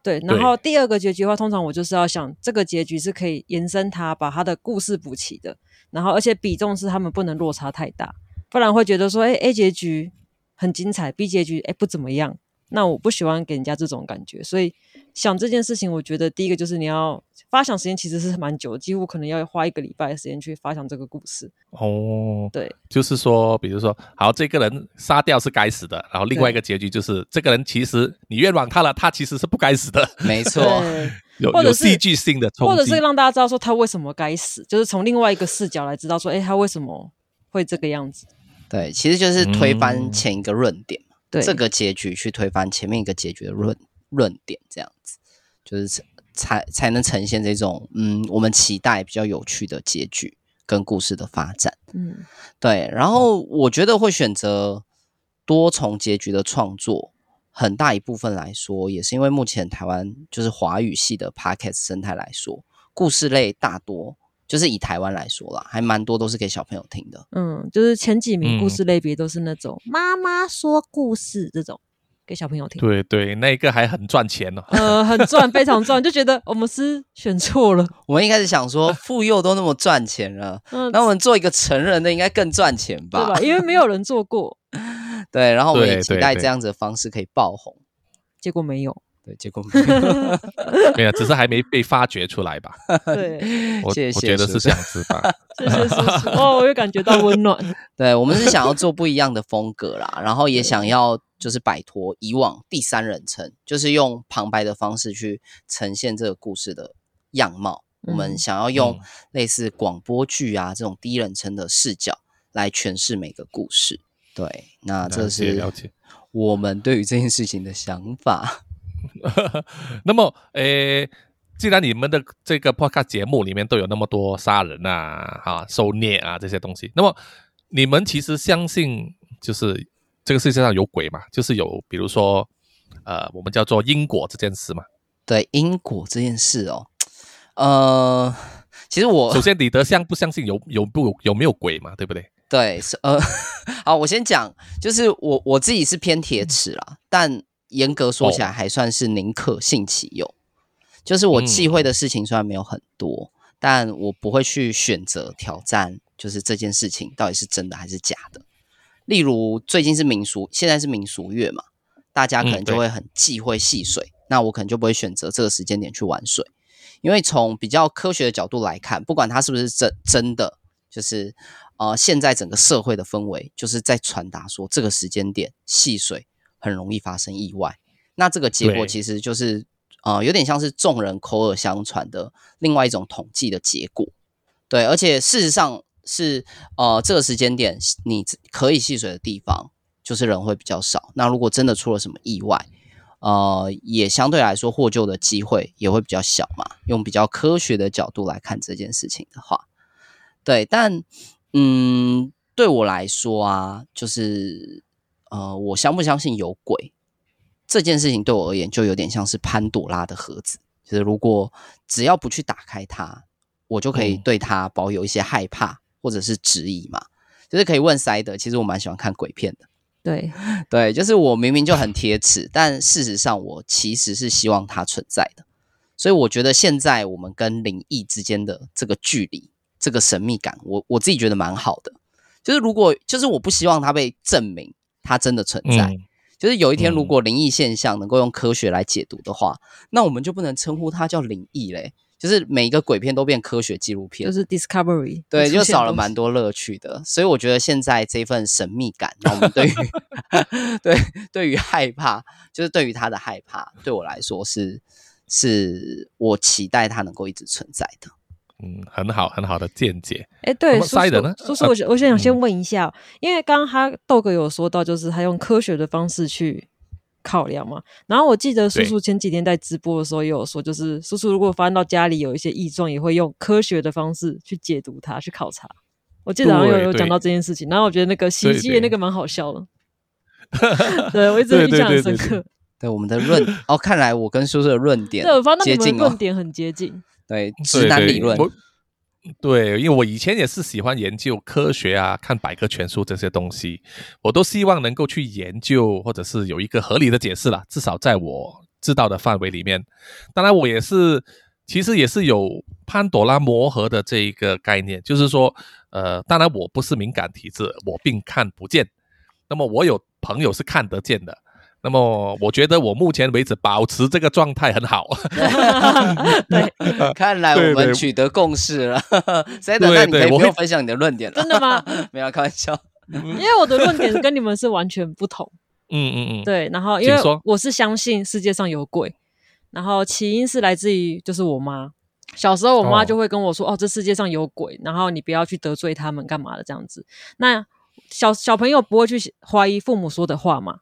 [SPEAKER 4] 对，然
[SPEAKER 2] 对
[SPEAKER 4] 后第二个结局的话，通常我就是要想这个结局是可以延伸它，把它的故事补齐的。然后，而且比重是他们不能落差太大，不然会觉得说，哎，A 结局很精彩，B 结局哎不怎么样。那我不喜欢给人家这种感觉，所以想这件事情，我觉得第一个就是你要发想时间其实是蛮久的，几乎可能要花一个礼拜的时间去发想这个故事。
[SPEAKER 2] 哦，
[SPEAKER 4] 对，
[SPEAKER 2] 就是说，比如说，好，这个人杀掉是该死的，然后另外一个
[SPEAKER 4] 对
[SPEAKER 2] 结局就是这个人其实你冤枉他了，他其实是不该死
[SPEAKER 3] (laughs)
[SPEAKER 2] 的，
[SPEAKER 3] 没错，
[SPEAKER 4] 对。
[SPEAKER 2] 有
[SPEAKER 4] 或者
[SPEAKER 2] 有
[SPEAKER 4] 是
[SPEAKER 2] 戏剧性的冲
[SPEAKER 4] 或者
[SPEAKER 2] 击
[SPEAKER 4] 是让大家知道说他为什么该死，就是从另外一个视角来知道说，哎、他为什么会这个样子？
[SPEAKER 3] 对，其实就是推翻
[SPEAKER 2] 嗯
[SPEAKER 3] 前一个论点嘛，
[SPEAKER 4] 对，
[SPEAKER 3] 这个结局去推翻前面一个结局的论论点，这样子就是才才能呈现这种嗯我们期待比较有趣的结局跟故事的发展。
[SPEAKER 4] 嗯，
[SPEAKER 3] 对，然后我觉得会选择多重结局的创作，很大一部分来说，也是因为目前台湾就是华语系的 podcast 生态来说，故事类大多就是以台湾来说啦，还蛮多都是给小朋友听的。
[SPEAKER 4] 嗯，就是前几
[SPEAKER 2] 嗯
[SPEAKER 4] 名故事类别都是那种妈妈说故事这种给小朋友听，
[SPEAKER 2] 对对，那个还很赚钱哦。
[SPEAKER 4] 呃，很赚，非常赚，就觉得我们是选错
[SPEAKER 3] (laughs)
[SPEAKER 4] 了。
[SPEAKER 3] 我们一开始想
[SPEAKER 2] (laughs)
[SPEAKER 3] 说，妇幼都那么赚钱了，
[SPEAKER 4] 嗯、
[SPEAKER 3] 那我们做一个成人的应该更赚钱
[SPEAKER 4] 对
[SPEAKER 3] 吧？
[SPEAKER 4] 吧？因为没有人做过，
[SPEAKER 3] 对，然后我们也
[SPEAKER 2] 对
[SPEAKER 3] 期
[SPEAKER 2] 对
[SPEAKER 3] 待
[SPEAKER 2] 对
[SPEAKER 3] 这样子的方式可以爆红。
[SPEAKER 4] 结果没
[SPEAKER 3] (laughs)
[SPEAKER 4] 有。
[SPEAKER 3] 对，结果
[SPEAKER 2] (laughs)
[SPEAKER 3] 没有
[SPEAKER 2] 没有，只是还没被发掘出来吧。
[SPEAKER 4] 对，
[SPEAKER 2] 我
[SPEAKER 3] (laughs) 谢谢
[SPEAKER 2] 我觉得是
[SPEAKER 3] 叔叔
[SPEAKER 2] 这样子吧。
[SPEAKER 4] 谢谢叔叔，哦，我又感觉到温暖。
[SPEAKER 3] 对，我们是
[SPEAKER 2] (laughs)
[SPEAKER 3] 想要做不一样的风格啦，然后也想要就是摆脱以往第三人称，就是用旁白的方式去呈现这个故事的样貌。我们
[SPEAKER 4] 嗯
[SPEAKER 3] 想要用
[SPEAKER 2] 嗯
[SPEAKER 3] 类似广播剧啊这种第一人称的视角来诠释每个故事。对，那这
[SPEAKER 2] 了解
[SPEAKER 3] 是
[SPEAKER 2] 了解。
[SPEAKER 3] 我们对于这件事情的想法。 (laughs)
[SPEAKER 2] 那么，诶，既然你们的这个 podcast 节目里面都有那么多杀人啊、哈、受虐啊这些东西，那么你们其实相信就是这个世界上有鬼嘛？就是有，比如说，呃，我们叫做因果这件事嘛。
[SPEAKER 3] 对因果这件事哦，呃，其实我
[SPEAKER 2] 首先，李德相不相信有有不有没有鬼嘛？对不对？
[SPEAKER 3] 对，是呃， (laughs) 好，我先讲，就是我我自己是偏铁齿啦，但严格说起来还算是宁可信其有，就是我忌讳的事情虽然没有很多，但我不会去选择挑战，就是这件事情到底是真的还是假的。例如最近是民俗，现在是民俗月嘛，大家可能
[SPEAKER 2] 嗯
[SPEAKER 3] 就
[SPEAKER 2] 对
[SPEAKER 3] 会很忌讳戏水，那我可能就不会选择这个时间点去玩水，因为从比较科学的角度来看，不管它是不是真真的，就是呃，现在整个社会的氛围就是在传达说，这个时间点戏水很容易发生意外。那这个结果
[SPEAKER 2] 对
[SPEAKER 3] 其实就是呃，有点像是众人口耳相传的另外一种统计的结果。对，而且事实上是呃，这个时间点你可以戏水的地方，就是人会比较少。那如果真的出了什么意外，呃，也相对来说获救的机会也会比较小嘛。用比较科学的角度来看这件事情的话，对，但嗯，对我来说啊，就是呃，我相不相信有鬼这件事情，对我而言就有点像是潘朵拉的盒子，就是如果只要不去打开它，我就可以
[SPEAKER 2] 嗯
[SPEAKER 3] 对它保有一些害怕或者是质疑嘛。就是可以问塞德，其实我蛮喜欢看鬼片的。
[SPEAKER 4] 对，
[SPEAKER 3] 对，就是我明明就很铁齿，但事实上我其实是希望它存在的。所以我觉得现在我们跟灵异之间的这个距离、这个神秘感，我我自己觉得蛮好的。就是如果就是我不希望它被证明它真的存在，
[SPEAKER 2] 嗯
[SPEAKER 3] 就是有一天如
[SPEAKER 2] 嗯
[SPEAKER 3] 果灵异现象能够用科学来解读的话，那我们就不能称呼它叫灵异嘞。就是每一个鬼片都变科学纪录片
[SPEAKER 4] 就，是 Discovery，
[SPEAKER 3] 对，就
[SPEAKER 4] 出现
[SPEAKER 3] 少了
[SPEAKER 4] 东
[SPEAKER 3] 蛮
[SPEAKER 4] 西
[SPEAKER 3] 多乐趣的。所以我觉得现在这份神秘感，让我们对于 (laughs) 对对于害怕，就是对于他的害怕，对我来说是是我期待它能够一直存在的。
[SPEAKER 2] 嗯，很好很好的见解。
[SPEAKER 4] 哎，对，
[SPEAKER 2] 那么
[SPEAKER 4] 叔
[SPEAKER 2] 塞的呢
[SPEAKER 4] 叔，叔
[SPEAKER 2] 呃
[SPEAKER 4] 叔，我想我想
[SPEAKER 2] 嗯
[SPEAKER 4] 先问一下哦，因为刚刚他豆哥有说到，就是他用科学的方式去考量嘛。然后我记得叔
[SPEAKER 2] 对
[SPEAKER 4] 叔前几天在直播的时候也有说，就是叔叔如果发现到家里有一些异状，也会用科学的方式去解读它，去考察。我记得好像有
[SPEAKER 2] 对
[SPEAKER 4] 有
[SPEAKER 2] 对
[SPEAKER 4] 讲到这件事情，然后我觉得那个洗衣机
[SPEAKER 2] 对
[SPEAKER 4] 的那个蛮好
[SPEAKER 2] (laughs)
[SPEAKER 4] 笑的，对我一直
[SPEAKER 2] 对
[SPEAKER 4] 印
[SPEAKER 2] 对
[SPEAKER 4] 象
[SPEAKER 2] 对
[SPEAKER 4] 很深
[SPEAKER 2] 对
[SPEAKER 4] 刻。
[SPEAKER 3] 对我们的
[SPEAKER 4] (laughs)
[SPEAKER 3] 论哦，看来我跟叔叔的论点
[SPEAKER 4] 对，我发现到
[SPEAKER 3] 接
[SPEAKER 4] 你们
[SPEAKER 3] 近
[SPEAKER 4] 的论
[SPEAKER 3] 哦。
[SPEAKER 4] 点很接近，
[SPEAKER 3] 对，直
[SPEAKER 2] 对
[SPEAKER 3] 男
[SPEAKER 2] 对
[SPEAKER 3] 理论，
[SPEAKER 2] 我对，因为我以前也是喜欢研究科学啊，看百科全书这些东西，我都希望能够去研究，或者是有一个合理的解释啦，至少在我知道的范围里面。当然，我也是，其实也是有潘朵拉魔盒的这一个概念，就是说，呃，当然我不是敏感体质，我并看不见。那么我有朋友是看得见的，那么我觉得我目前为止保持这个状态很好。 (laughs)
[SPEAKER 4] 对，
[SPEAKER 3] 看来
[SPEAKER 2] 对
[SPEAKER 3] 我们
[SPEAKER 2] 对
[SPEAKER 3] 取得共识了。塞德，
[SPEAKER 2] 对
[SPEAKER 3] 那你
[SPEAKER 2] 对
[SPEAKER 3] 可以
[SPEAKER 2] 我
[SPEAKER 3] 不
[SPEAKER 2] 会
[SPEAKER 3] 用分享你的论点了，
[SPEAKER 4] 真的吗？ (laughs)
[SPEAKER 3] 没有开玩笑。
[SPEAKER 4] 因为我的论点跟你们是完全不同。
[SPEAKER 2] 嗯嗯嗯，
[SPEAKER 4] 对，然后因
[SPEAKER 2] 请
[SPEAKER 4] 为
[SPEAKER 2] 说
[SPEAKER 4] 我是相信世界上有鬼，然后起因是来自于就是我妈。小时候，我
[SPEAKER 2] 哦
[SPEAKER 4] 妈就会跟我说：“哦，这世界上有鬼，然后你不要去得罪他们，干嘛的这样子。那”小小朋友不会去怀疑父母说的话嘛？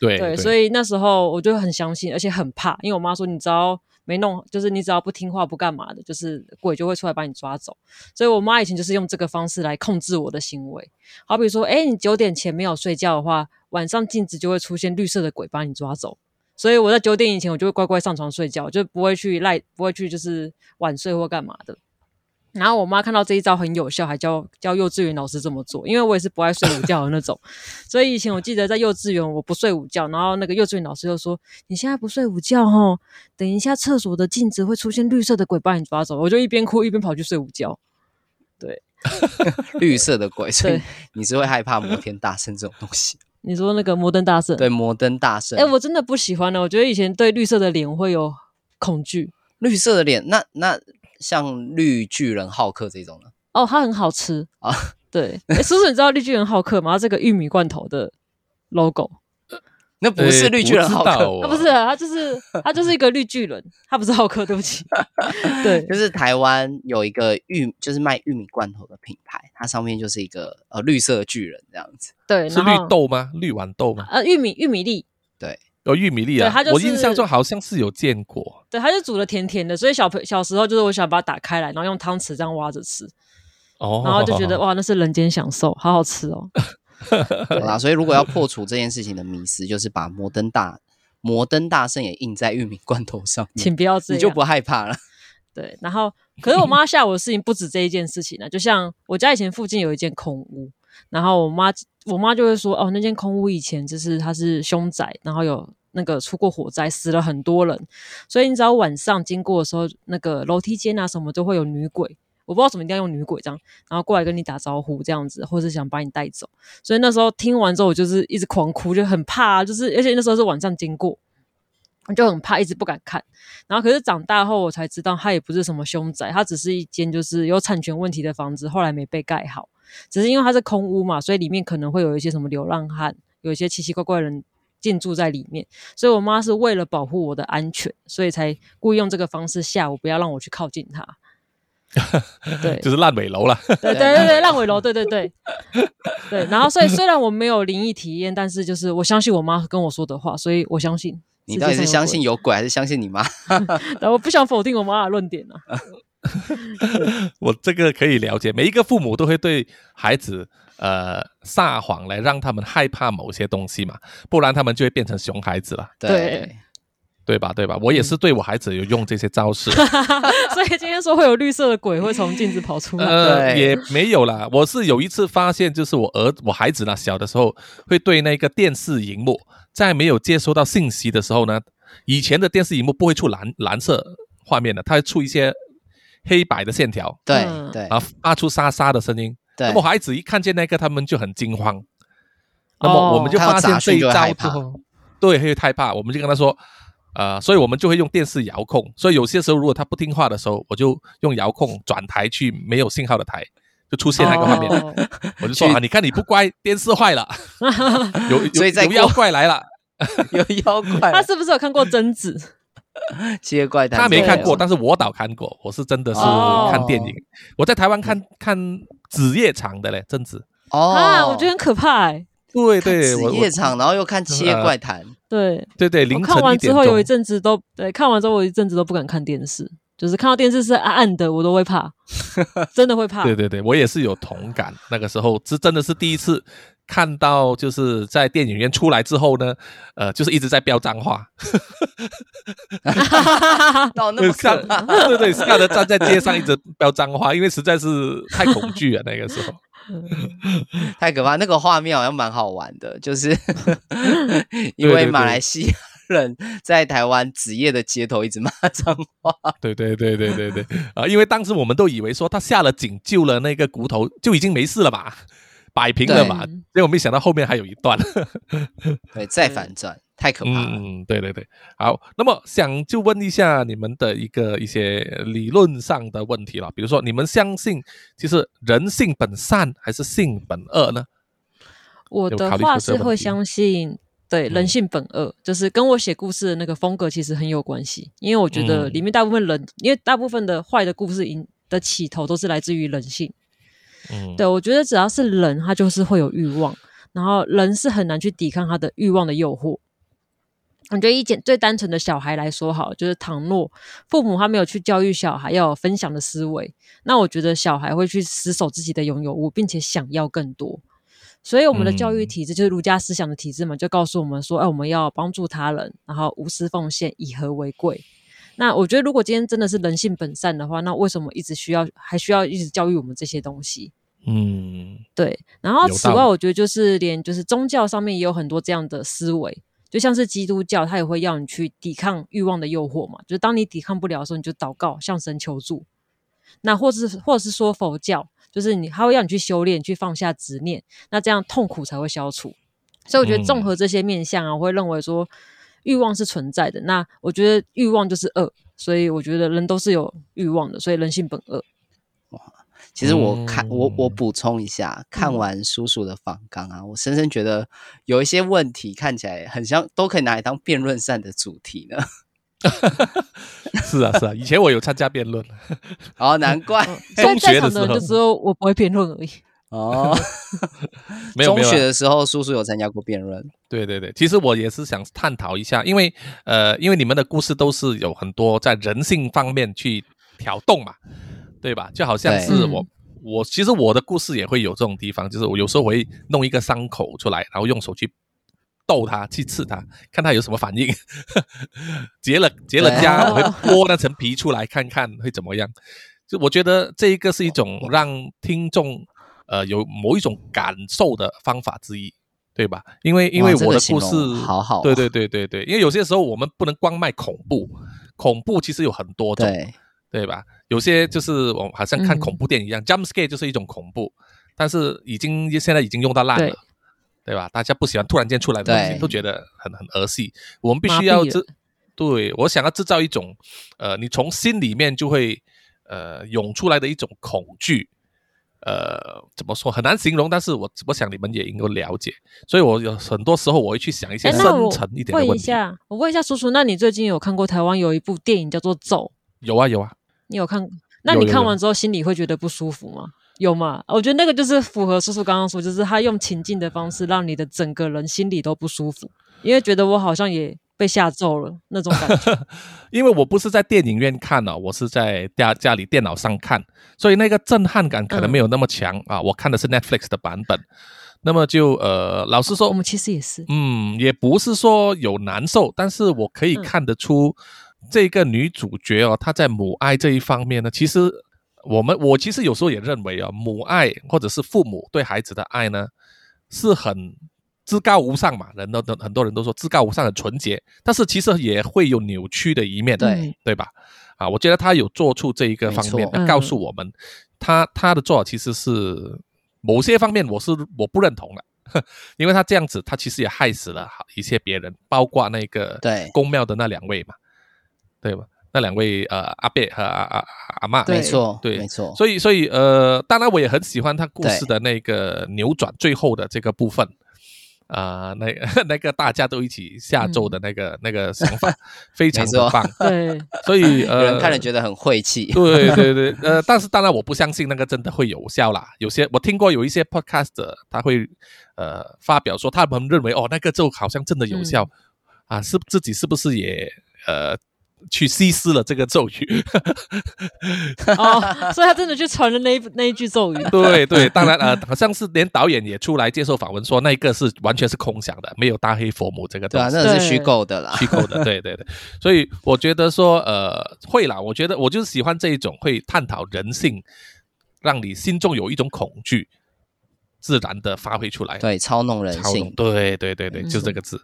[SPEAKER 2] 对
[SPEAKER 4] 对，所
[SPEAKER 2] 以
[SPEAKER 4] 以那时候我就很相信，而且很怕，因为我妈说你只要没弄，就是你只要不听话不干嘛的，就是鬼就会出来把你抓走。所以我妈以前就是用这个方式来控制我的行为，好比说，哎，你九点前没有睡觉的话，晚上镜子就会出现绿色的鬼把你抓走。所以我在九点以前，我就会乖乖上床睡觉，就不会去赖，不会去就是晚睡或干嘛的。然后我妈看到这一招很有效，还教教幼稚园老师这么做，因为我也是不爱睡午觉的那种，所以以前我记得在幼稚园我不睡午觉，然后那个幼稚园老师就说：“你现在不睡午觉哦，等一下厕所的镜子会出现绿色的鬼把你抓走。”我就一边哭一边跑去睡午觉。
[SPEAKER 3] 绿色的鬼，所以
[SPEAKER 4] 对
[SPEAKER 3] 你是会害怕摩天大圣这种东西。
[SPEAKER 4] 你说那个摩登大圣，
[SPEAKER 3] 对，摩登大圣。
[SPEAKER 4] 哎、我真的不喜欢了。我觉得以前对绿色的脸会有恐惧。
[SPEAKER 3] 绿色的脸，那那像绿巨人浩克这种呢？
[SPEAKER 4] 哦，它很好吃
[SPEAKER 3] 啊
[SPEAKER 4] 啊。 (laughs) 对，哎叔叔，你知道绿巨人浩克吗？它这个玉米罐头的 logo，
[SPEAKER 3] 那不
[SPEAKER 2] 哎
[SPEAKER 3] 是绿巨人浩克，
[SPEAKER 2] 哦
[SPEAKER 4] 它不是啊，它就是它就是一个绿巨人，它不是浩克，对不起。 (laughs) 对
[SPEAKER 2] (laughs)
[SPEAKER 3] 就，是台湾有一个玉，就是卖玉米罐头的品牌，它上面就是一个呃绿色的巨人这样
[SPEAKER 4] (laughs)
[SPEAKER 3] 子。
[SPEAKER 4] 对，
[SPEAKER 2] 是
[SPEAKER 4] 然
[SPEAKER 2] 绿
[SPEAKER 4] 后
[SPEAKER 2] 豆吗？绿豌豆吗？
[SPEAKER 4] 呃，玉米玉米粒，
[SPEAKER 2] 哦，玉米粒啊，
[SPEAKER 4] 对它就
[SPEAKER 2] 我印象
[SPEAKER 4] 是
[SPEAKER 2] 中好像是有见过。
[SPEAKER 4] 对，它就煮的甜甜的，所以小朋小时候就是我想把它打开来，然后用汤匙这样挖着吃。
[SPEAKER 2] 哦，
[SPEAKER 4] 然后就觉得哇，那是人间享受，好好吃
[SPEAKER 3] (laughs)
[SPEAKER 4] 哦。
[SPEAKER 3] 好啦，啊所以如果要破除这件事情的迷思，就是把摩登大摩登大圣也印在玉米罐头上面，
[SPEAKER 4] 请不要这
[SPEAKER 3] 你
[SPEAKER 4] 样，
[SPEAKER 3] 就不害怕
[SPEAKER 4] (laughs)
[SPEAKER 3] 了。
[SPEAKER 4] 对。然后，可是我妈吓我的事情不止这一件事情呢、就像我家以前附近有一间空屋，然后我妈我妈就会说，哦，那间空屋以前就是它是凶宅，然后有那个出过火灾，死了很多人，所以你只要晚上经过的时候，那个楼梯间啊什么都会有女鬼。我不知道怎么一定要用女鬼这样，然后过来跟你打招呼这样子，或是想把你带走。所以那时候听完之后，我就是一直狂哭，就很怕、啊，就是而且那时候是晚上经过，我就很怕，一直不敢看。然后可是长大后我才知道，它也不是什么凶宅，它只是一间就是有产权问题的房子，后来没被盖好，只是因为它是空屋嘛，所以里面可能会有一些什么流浪汉，有一些奇奇怪怪的人进驻在里面。所以我妈是为了保护我的安全，所以才故意用这个方式吓我，不要让我去靠近它。对，
[SPEAKER 2] 就是烂尾楼了。 (laughs)
[SPEAKER 4] (laughs) 对对对对，烂尾楼，对对对对。然后，所以虽然我没有灵异体验，但是就是我相信我妈跟我说的话，所以我相信。
[SPEAKER 3] (laughs) 你到底是
[SPEAKER 4] (laughs)
[SPEAKER 3] 相信？有鬼，还是相信你妈？
[SPEAKER 4] 然后我不想否定我妈的论点啊。 (laughs)
[SPEAKER 2] 我这个可以了解，每一个父母都会对孩子呃撒谎来让他们害怕某些东西嘛，不然他们就会变成熊孩子了，
[SPEAKER 4] 对
[SPEAKER 2] 对吧？对吧？
[SPEAKER 4] 嗯
[SPEAKER 2] 我也是对我孩子有用这些招式，
[SPEAKER 4] 所以今天说会有绿色的鬼会从镜子跑出来，
[SPEAKER 2] 呃，
[SPEAKER 3] 对
[SPEAKER 2] 也没有啦。我是有一次发现，就是我儿我孩子呢小的时候会对那个电视荧幕，在没有接收到信息的时候呢，以前的电视荧幕不会出蓝蓝色画面的，它会出一些黑白的线条，
[SPEAKER 3] 对
[SPEAKER 4] 嗯
[SPEAKER 3] 对
[SPEAKER 2] 啊，发出沙沙的声音。
[SPEAKER 3] 对
[SPEAKER 2] 那么孩子一看见那个，他们就很惊慌。那
[SPEAKER 4] 哦
[SPEAKER 2] 么我们就发现这一
[SPEAKER 3] 看
[SPEAKER 2] 招之
[SPEAKER 3] 到杂讯就
[SPEAKER 2] 后，对，会害怕。我们就跟他说，呃，所以我们就会用电视遥控。所以有些时候，如果他不听话的时候，我就用遥控转台去没有信号的台，就出现那个画面。 (laughs)
[SPEAKER 4] 哦
[SPEAKER 2] 我就说啊，你看你不乖，电视坏
[SPEAKER 4] (laughs)
[SPEAKER 2] 了，有有
[SPEAKER 3] 所以再
[SPEAKER 2] 有
[SPEAKER 3] 过
[SPEAKER 2] 妖怪来了。
[SPEAKER 3] (laughs) 有妖怪
[SPEAKER 4] 他是不是有看过贞子？
[SPEAKER 3] 接怪谈，
[SPEAKER 2] 他没看过，
[SPEAKER 3] 对啊
[SPEAKER 2] 但是我倒看过。我是真的是
[SPEAKER 4] 哦
[SPEAKER 2] 看电影，我在台湾看看子夜场的嘞，贞子。
[SPEAKER 3] (laughs) 哦，
[SPEAKER 4] 啊，我觉得很可怕哎、
[SPEAKER 2] 对
[SPEAKER 3] 看
[SPEAKER 2] 对，我
[SPEAKER 3] 子
[SPEAKER 2] 我
[SPEAKER 3] 夜场，然后又看七
[SPEAKER 4] (laughs) 呃
[SPEAKER 3] 夜怪谈，
[SPEAKER 4] 对，
[SPEAKER 2] 对对，
[SPEAKER 4] 我
[SPEAKER 2] 凌晨
[SPEAKER 4] 看完
[SPEAKER 2] 一
[SPEAKER 4] 之
[SPEAKER 2] 点
[SPEAKER 4] 后有
[SPEAKER 2] 钟
[SPEAKER 4] 一。阵子都对，看完之后我一阵子都不敢看电视，就是看到电视是暗暗的，我都
[SPEAKER 3] (laughs)
[SPEAKER 4] 会怕，真的会怕。 (laughs)
[SPEAKER 2] 对对对，我也是有同感。那个时候是真的是第一次看到，就是在电影院出来之后呢，呃，就是一直在飙脏话，
[SPEAKER 3] 到那么
[SPEAKER 2] 吓
[SPEAKER 3] 可怕，
[SPEAKER 2] (laughs) 对对，吓得站在街上一直飙脏话，因为实在是太恐惧了那个时候。
[SPEAKER 3] (laughs) 太可怕。那个画面好像蛮好玩的，就是 (laughs) 因为马来西亚人在台湾职业的街头一直骂 (laughs) 脏话，
[SPEAKER 2] 对对对对对对啊、因为当时我们都以为说他下了井救了那个骨头就已经没事了吧，摆平了嘛
[SPEAKER 4] 对，
[SPEAKER 2] 结果没想到后面还有一段。
[SPEAKER 3] 对，再反转，太可怕了。
[SPEAKER 2] 嗯，对对对，好，那么想就问一下你们的一个一些理论上的问题了，比如说你们相信其实人性本善还是性本恶呢？
[SPEAKER 4] 我
[SPEAKER 2] 有
[SPEAKER 4] 的
[SPEAKER 2] 考虑
[SPEAKER 4] 话
[SPEAKER 2] 过这
[SPEAKER 4] 是
[SPEAKER 2] 个问
[SPEAKER 4] 会
[SPEAKER 2] 题
[SPEAKER 4] 相信，对人
[SPEAKER 2] 嗯
[SPEAKER 4] 性本恶，就是跟我写故事的那个风格其实很有关系。因为我觉得
[SPEAKER 2] 嗯
[SPEAKER 4] 里面大部分人，因为大部分的坏的故事引的起头都是来自于人性。
[SPEAKER 2] 嗯，
[SPEAKER 4] 对我觉得只要是人，他就是会有欲望，然后人是很难去抵抗他的欲望的诱惑。我觉得一简最单纯的小孩来说好了，就是倘若父母他没有去教育小孩要有分享的思维，那我觉得小孩会去死守自己的拥有物，并且想要更多。所以我们的教育
[SPEAKER 2] 嗯
[SPEAKER 4] 体制就是儒家思想的体制嘛，就告诉我们说，哎，我们要帮助他人，然后无私奉献，以和为贵。那我觉得，如果今天真的是人性本善的话，那为什么一直需要还需要一直教育我们这些东西？
[SPEAKER 2] 嗯，
[SPEAKER 4] 对，然后
[SPEAKER 2] 有
[SPEAKER 4] 此
[SPEAKER 2] 道
[SPEAKER 4] 外，
[SPEAKER 2] 理
[SPEAKER 4] 我觉得就是连就是宗教上面也有很多这样的思维，就像是基督教，它也会要你去抵抗欲望的诱惑嘛，就是当你抵抗不了的时候，你就祷告向神求助。那或是或者是说佛教，就是你它会让你去修炼，去放下执念，那这样痛苦才会消除。所以我觉得综
[SPEAKER 2] 嗯
[SPEAKER 4] 合这些面向啊，我会认为说欲望是存在的。那我觉得欲望就是恶，所以我觉得人都是有欲望的，所以人性本恶。
[SPEAKER 3] 其实我看我我
[SPEAKER 2] 嗯
[SPEAKER 3] 补充一下，看
[SPEAKER 4] 嗯
[SPEAKER 3] 完叔叔的访纲啊，我深深觉得有一些问题看起来很像，都可以拿来当辩论赛的主题呢。 (laughs)
[SPEAKER 2] 是啊是啊，以前我有参加辩论，
[SPEAKER 3] 哦，难怪
[SPEAKER 4] 所以
[SPEAKER 2] 哎中学
[SPEAKER 4] 在
[SPEAKER 2] 的
[SPEAKER 4] 场的
[SPEAKER 2] 时
[SPEAKER 4] 人
[SPEAKER 2] 候
[SPEAKER 4] 就只有我不会辩论而已。
[SPEAKER 3] 哦，
[SPEAKER 2] (laughs) 没有没
[SPEAKER 3] 中
[SPEAKER 2] 有啊
[SPEAKER 3] 学的时候叔叔有参加过辩论，
[SPEAKER 2] 对对对，其实我也是想探讨一下，因为呃，因为你们的故事都是有很多在人性方面去挑动嘛，对吧？就好像
[SPEAKER 3] 对
[SPEAKER 2] 是我
[SPEAKER 4] 嗯
[SPEAKER 2] 我其实我的故事也会有这种地方，就是我有时候我会弄一个伤口出来，然后用手去逗它，去刺它，看它有什么反应。 (laughs) 结了结了痂，我会剥那层皮出来看看会怎么样。就我觉得这一个是一种让听众呃有某一种感受的方法之一，对吧？因为因为
[SPEAKER 3] 哇这
[SPEAKER 2] 我
[SPEAKER 3] 个
[SPEAKER 2] 的
[SPEAKER 3] 形
[SPEAKER 2] 故
[SPEAKER 3] 容
[SPEAKER 2] 事
[SPEAKER 3] 好好啊
[SPEAKER 2] 对对对对对，因为有些时候我们不能光卖恐怖，恐怖其实有很多种，
[SPEAKER 3] 对
[SPEAKER 2] 对吧？有些就是我好像看
[SPEAKER 4] 嗯
[SPEAKER 2] 恐怖电影一样、j u m p scare 就是一种恐怖，但是已经现在已经用到烂了，
[SPEAKER 4] 对
[SPEAKER 2] 对吧？大家不喜欢突然间出来的东
[SPEAKER 3] 对
[SPEAKER 2] 西，都觉得很很儿戏。我们必
[SPEAKER 4] 麻
[SPEAKER 2] 须
[SPEAKER 4] 痹
[SPEAKER 2] 要
[SPEAKER 4] 了
[SPEAKER 2] 制，对我想要制造一种，呃，你从心里面就会呃涌出来的一种恐惧。呃，怎么说很难形容，但是我我想你们也应该了解，所以我有很多时候我会去想一些
[SPEAKER 4] 哎，那
[SPEAKER 2] 深
[SPEAKER 4] 我
[SPEAKER 2] 层一点的
[SPEAKER 4] 问
[SPEAKER 2] 问
[SPEAKER 4] 一
[SPEAKER 2] 题。
[SPEAKER 4] 下，我问一下叔叔，那你最近有看过台湾有一部电影叫做《咒》，
[SPEAKER 2] 有啊有啊，
[SPEAKER 4] 你有看？那
[SPEAKER 2] 有
[SPEAKER 4] 你
[SPEAKER 2] 有
[SPEAKER 4] 看
[SPEAKER 2] 有
[SPEAKER 4] 完之后心里会觉得不舒服吗？有吗？我觉得那个就是符合叔叔刚刚说，就是他用情境的方式让你的整个人心里都不舒服，因为觉得我好像也被吓咒了那种感
[SPEAKER 2] (laughs)
[SPEAKER 4] 觉。
[SPEAKER 2] 因为我不是在电影院看了、我是在家家里电脑上看，所以那个震撼感可能没有那么强、啊。我看的是 Netflix 的版本，那么就呃，老实
[SPEAKER 4] 我
[SPEAKER 2] 说，
[SPEAKER 4] 们其实也是，
[SPEAKER 2] 嗯，也不是说有难受，但是我可以
[SPEAKER 4] 嗯
[SPEAKER 2] 看得出、这个女主角哦，她在母爱这一方面呢，其实我们我其实有时候也认为啊、母爱或者是父母对孩子的爱呢，是很至高无上嘛，人都都很多人都说至高无上很纯洁，但是其实也会有扭曲的一面，
[SPEAKER 3] 对
[SPEAKER 2] 对吧？啊，我觉得他有做出这一个方面
[SPEAKER 3] 没
[SPEAKER 4] 错
[SPEAKER 2] 来告诉我们，他他的做法其实是某些方面我是我不认同的， (laughs) 因为他这样子，他其实也害死了好一些别人，包括那个
[SPEAKER 3] 对
[SPEAKER 2] 公庙的那两位嘛，对吧？那两位呃阿贝和阿阿阿阿妈，
[SPEAKER 3] 没错，
[SPEAKER 2] 对
[SPEAKER 3] 没错，
[SPEAKER 2] 所以，所以，呃，当然我也很喜欢他故事的那个扭转最后的这个部分，啊、那 (laughs) 那个大家都一起下咒的那个、那个想
[SPEAKER 3] (laughs)
[SPEAKER 2] 法，非常
[SPEAKER 3] 没
[SPEAKER 2] 的
[SPEAKER 3] 错
[SPEAKER 2] 棒。
[SPEAKER 4] 对，
[SPEAKER 2] 所以，
[SPEAKER 3] 有
[SPEAKER 2] 呃，
[SPEAKER 3] 人看了觉得很晦气，
[SPEAKER 2] (laughs) 对对对，呃，但是当然我不相信那个真的会有效啦。有些我听过有一些 podcast 的他会呃发表说他们认为哦那个咒好像真的有效、
[SPEAKER 3] 嗯
[SPEAKER 2] 啊，是自己是不是也呃去西施了这个咒
[SPEAKER 3] (laughs)
[SPEAKER 2] 语？
[SPEAKER 4] 哦，所以他真的去传了那一那一句咒语。
[SPEAKER 2] 对对，当然呃好像是连导演也出来接受访问说那个是完全是空想的，没有大黑佛母这个
[SPEAKER 3] 对
[SPEAKER 2] 东
[SPEAKER 3] 啊，
[SPEAKER 2] 西。
[SPEAKER 3] 那个是
[SPEAKER 4] 对
[SPEAKER 3] 虚构的啦，
[SPEAKER 2] 虚构
[SPEAKER 3] (laughs)
[SPEAKER 2] 的，对对对，所以我觉得说，呃，会啦，我觉得我就是喜欢这一种会探讨人性，让你心中有一种恐惧，自然的发挥出来。
[SPEAKER 3] 对，操弄人
[SPEAKER 2] 操纵，
[SPEAKER 3] 性，
[SPEAKER 2] 对对对对，
[SPEAKER 4] 嗯
[SPEAKER 2] 就是这个字。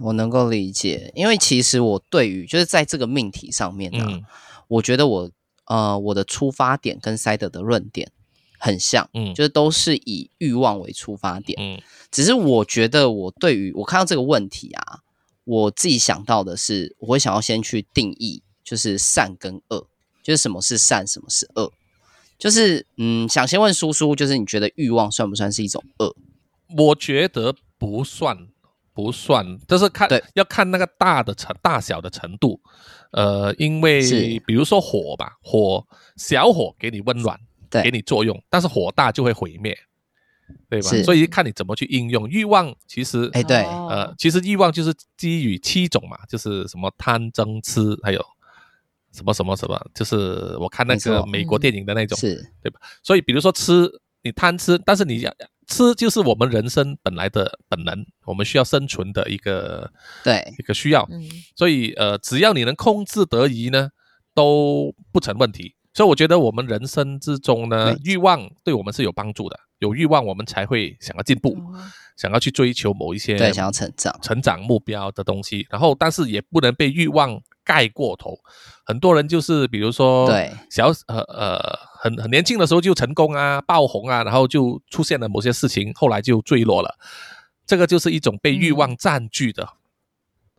[SPEAKER 3] 我能够理解，因为其实我对于就是在这个命题上面呢、
[SPEAKER 2] 嗯
[SPEAKER 3] 我觉得我呃我的出发点跟塞德的论点很像，
[SPEAKER 2] 嗯
[SPEAKER 3] 就是都是以欲望为出发点，
[SPEAKER 2] 嗯
[SPEAKER 3] 只是我觉得我对于我看到这个问题啊，我自己想到的是，我会想要先去定义，就是善跟恶，就是什么是善，什么是恶，就是嗯，想先问叔叔，就是你觉得欲望算不算是一种恶？
[SPEAKER 2] 我觉得不算不算，但是看
[SPEAKER 3] 对
[SPEAKER 2] 要看那个大的程大小的程度。呃，因为
[SPEAKER 3] 是
[SPEAKER 2] 比如说火吧，火小火给你温暖，
[SPEAKER 3] 对
[SPEAKER 2] 给你作用，但是火大就会毁灭，对吧？
[SPEAKER 3] 是
[SPEAKER 2] 所以看你怎么去应用欲望。其实，
[SPEAKER 3] 哎对
[SPEAKER 4] 哦
[SPEAKER 2] 呃，其实欲望就是基于七种嘛，就是什么贪、嗔、痴，还有什么什么什么，就是我看那
[SPEAKER 3] 没错
[SPEAKER 2] 个美国
[SPEAKER 4] 嗯
[SPEAKER 2] 电影的那种，
[SPEAKER 3] 是
[SPEAKER 2] 所以比如说吃，你贪吃，但是你要吃就是我们人生本来的本能，我们需要生存的一个
[SPEAKER 3] 对
[SPEAKER 2] 一个需要。
[SPEAKER 4] 嗯，
[SPEAKER 2] 所以呃，只要你能控制得宜呢，都不成问题。所以我觉得我们人生之中呢
[SPEAKER 3] 没，
[SPEAKER 2] 欲望对我们是有帮助的，有欲望我们才会想要进步，
[SPEAKER 4] 哦
[SPEAKER 2] (laughs) 想要去追求某一些
[SPEAKER 3] 哦对，想要成长，
[SPEAKER 2] 成长目标的东西，然后但是也不能被欲望盖过头。很多人就是比如说，
[SPEAKER 3] 对
[SPEAKER 2] 小呃呃很很年轻的时候就成功啊、爆红啊，然后就出现了某些事情，后来就坠落了。这个就是一种被欲望占据的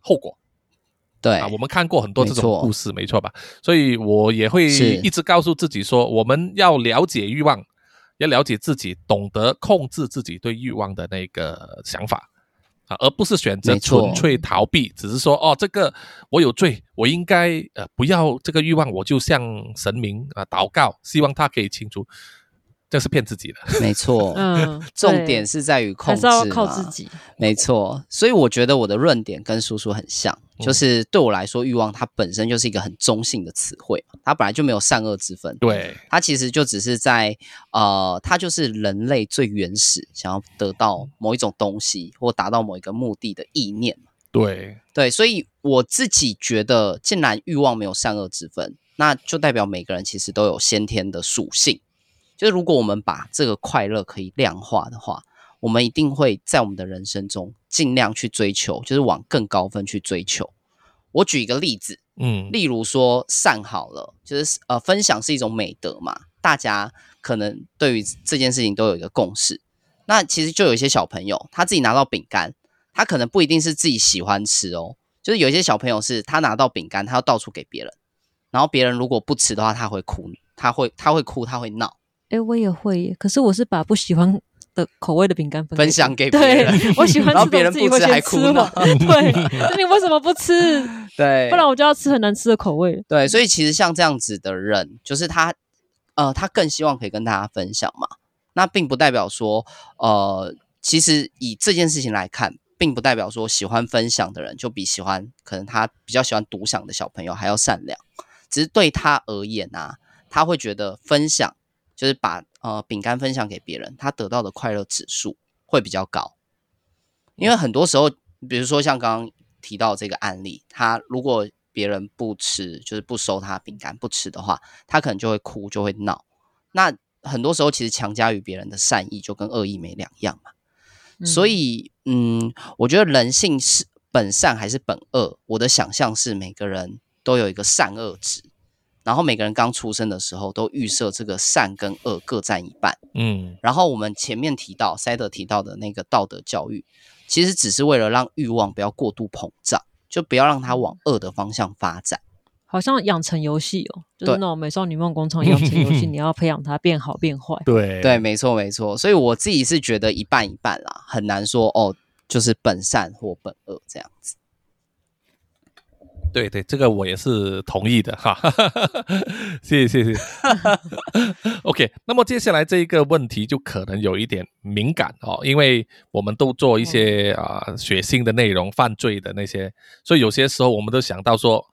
[SPEAKER 2] 后果、
[SPEAKER 3] 对
[SPEAKER 2] 啊！我们看过很多这
[SPEAKER 3] 没错
[SPEAKER 2] 种故事，没错吧？所以我也会
[SPEAKER 3] 是
[SPEAKER 2] 一直告诉自己说，我们要了解欲望，要了解自己，懂得控制自己对欲望的那个想法啊，而不是选择
[SPEAKER 3] 没错
[SPEAKER 2] 纯粹逃避，只是说哦，这个我有罪，我应该呃不要这个欲望，我就向神明啊、祷告，希望他可以清除。那是骗自己的。
[SPEAKER 3] 没错，
[SPEAKER 4] 嗯，
[SPEAKER 3] 重
[SPEAKER 4] 对
[SPEAKER 3] 点是在于控
[SPEAKER 4] 还是
[SPEAKER 3] 制，
[SPEAKER 4] 要靠自。己。
[SPEAKER 3] 没错，所以我觉得我的论点跟叔叔很像，
[SPEAKER 2] 嗯
[SPEAKER 3] 就是对我来说，欲望它本身就是一个很中性的词汇，它本来就没有善恶之分，
[SPEAKER 2] 对，
[SPEAKER 3] 它其实就只是在呃，它就是人类最原始想要得到某一种东西或达到某一个目的的意念嘛。
[SPEAKER 2] 对，
[SPEAKER 3] 对，所以我自己觉得，既然欲望没有善恶之分，那就代表每个人其实都有先天的属性。就是如果我们把这个快乐可以量化的话，我们一定会在我们的人生中尽量去追求，就是往更高分去追求。我举一个例子，
[SPEAKER 2] 嗯，
[SPEAKER 3] 例如说善好了，就是呃分享是一种美德嘛，大家可能对于这件事情都有一个共识。那其实就有一些小朋友他自己拿到饼干，他可能不一定是自己喜欢吃哦，就是有一些小朋友是他拿到饼干，他要到处给别人，然后别人如果不吃的话，他会哭，他会他会哭，他会闹，
[SPEAKER 4] 哎、我也会耶，可是我是把不喜欢的口味的饼干分
[SPEAKER 3] 分享给别
[SPEAKER 4] 对
[SPEAKER 3] 人。，
[SPEAKER 4] 我喜欢
[SPEAKER 3] 然后
[SPEAKER 4] 吃
[SPEAKER 3] 别
[SPEAKER 4] 的，
[SPEAKER 3] 人
[SPEAKER 4] 我自己
[SPEAKER 3] 不
[SPEAKER 4] 会
[SPEAKER 3] 吃还
[SPEAKER 4] 先
[SPEAKER 3] 哭
[SPEAKER 4] 吃
[SPEAKER 3] 闹 (laughs)
[SPEAKER 4] 完。对，那你为什么不吃？
[SPEAKER 3] 对，
[SPEAKER 4] 不然我就要吃很难吃的口味了。
[SPEAKER 3] 对，所以其实像这样子的人，就是他，呃，他更希望可以跟大家分享嘛。那并不代表说，呃，其实以这件事情来看，并不代表说喜欢分享的人就比喜欢可能他比较喜欢独享的小朋友还要善良。只是对他而言啊，他会觉得分享就是把呃饼干分享给别人，他得到的快乐指数会比较高。因为很多时候，比如说像刚刚提到这个案例，他如果别人不吃，就是不收他饼干不吃的话，他可能就会哭，就会闹。那很多时候，其实强加于别人的善意就跟恶意没两样嘛。
[SPEAKER 4] 嗯
[SPEAKER 3] 所以，嗯，我觉得人性是本善还是本恶，我的想象是每个人都有一个善恶值，然后每个人刚出生的时候都预设这个善跟恶各占一半。
[SPEAKER 2] 嗯，
[SPEAKER 3] 然后我们前面提到塞德提到的那个道德教育，其实只是为了让欲望不要过度膨胀，就不要让它往恶的方向发展。
[SPEAKER 4] 好像养成游戏哦，就
[SPEAKER 3] 对
[SPEAKER 4] 是那种美少女梦工厂养成游
[SPEAKER 3] (laughs)
[SPEAKER 4] 戏，你要培养它变好变坏。
[SPEAKER 2] 对，
[SPEAKER 3] 对，，没错，没错。所以我自己是觉得一半一半啦，很难说哦，就是本善或本恶这样子。
[SPEAKER 2] 对对，这个我也是同意的哈，谢谢谢谢。OK，那么接下来这一个问题就可能有一点敏感哦，因为我们都做一些啊、血腥的内容、犯罪的那些，所以有些时候我们都想到说，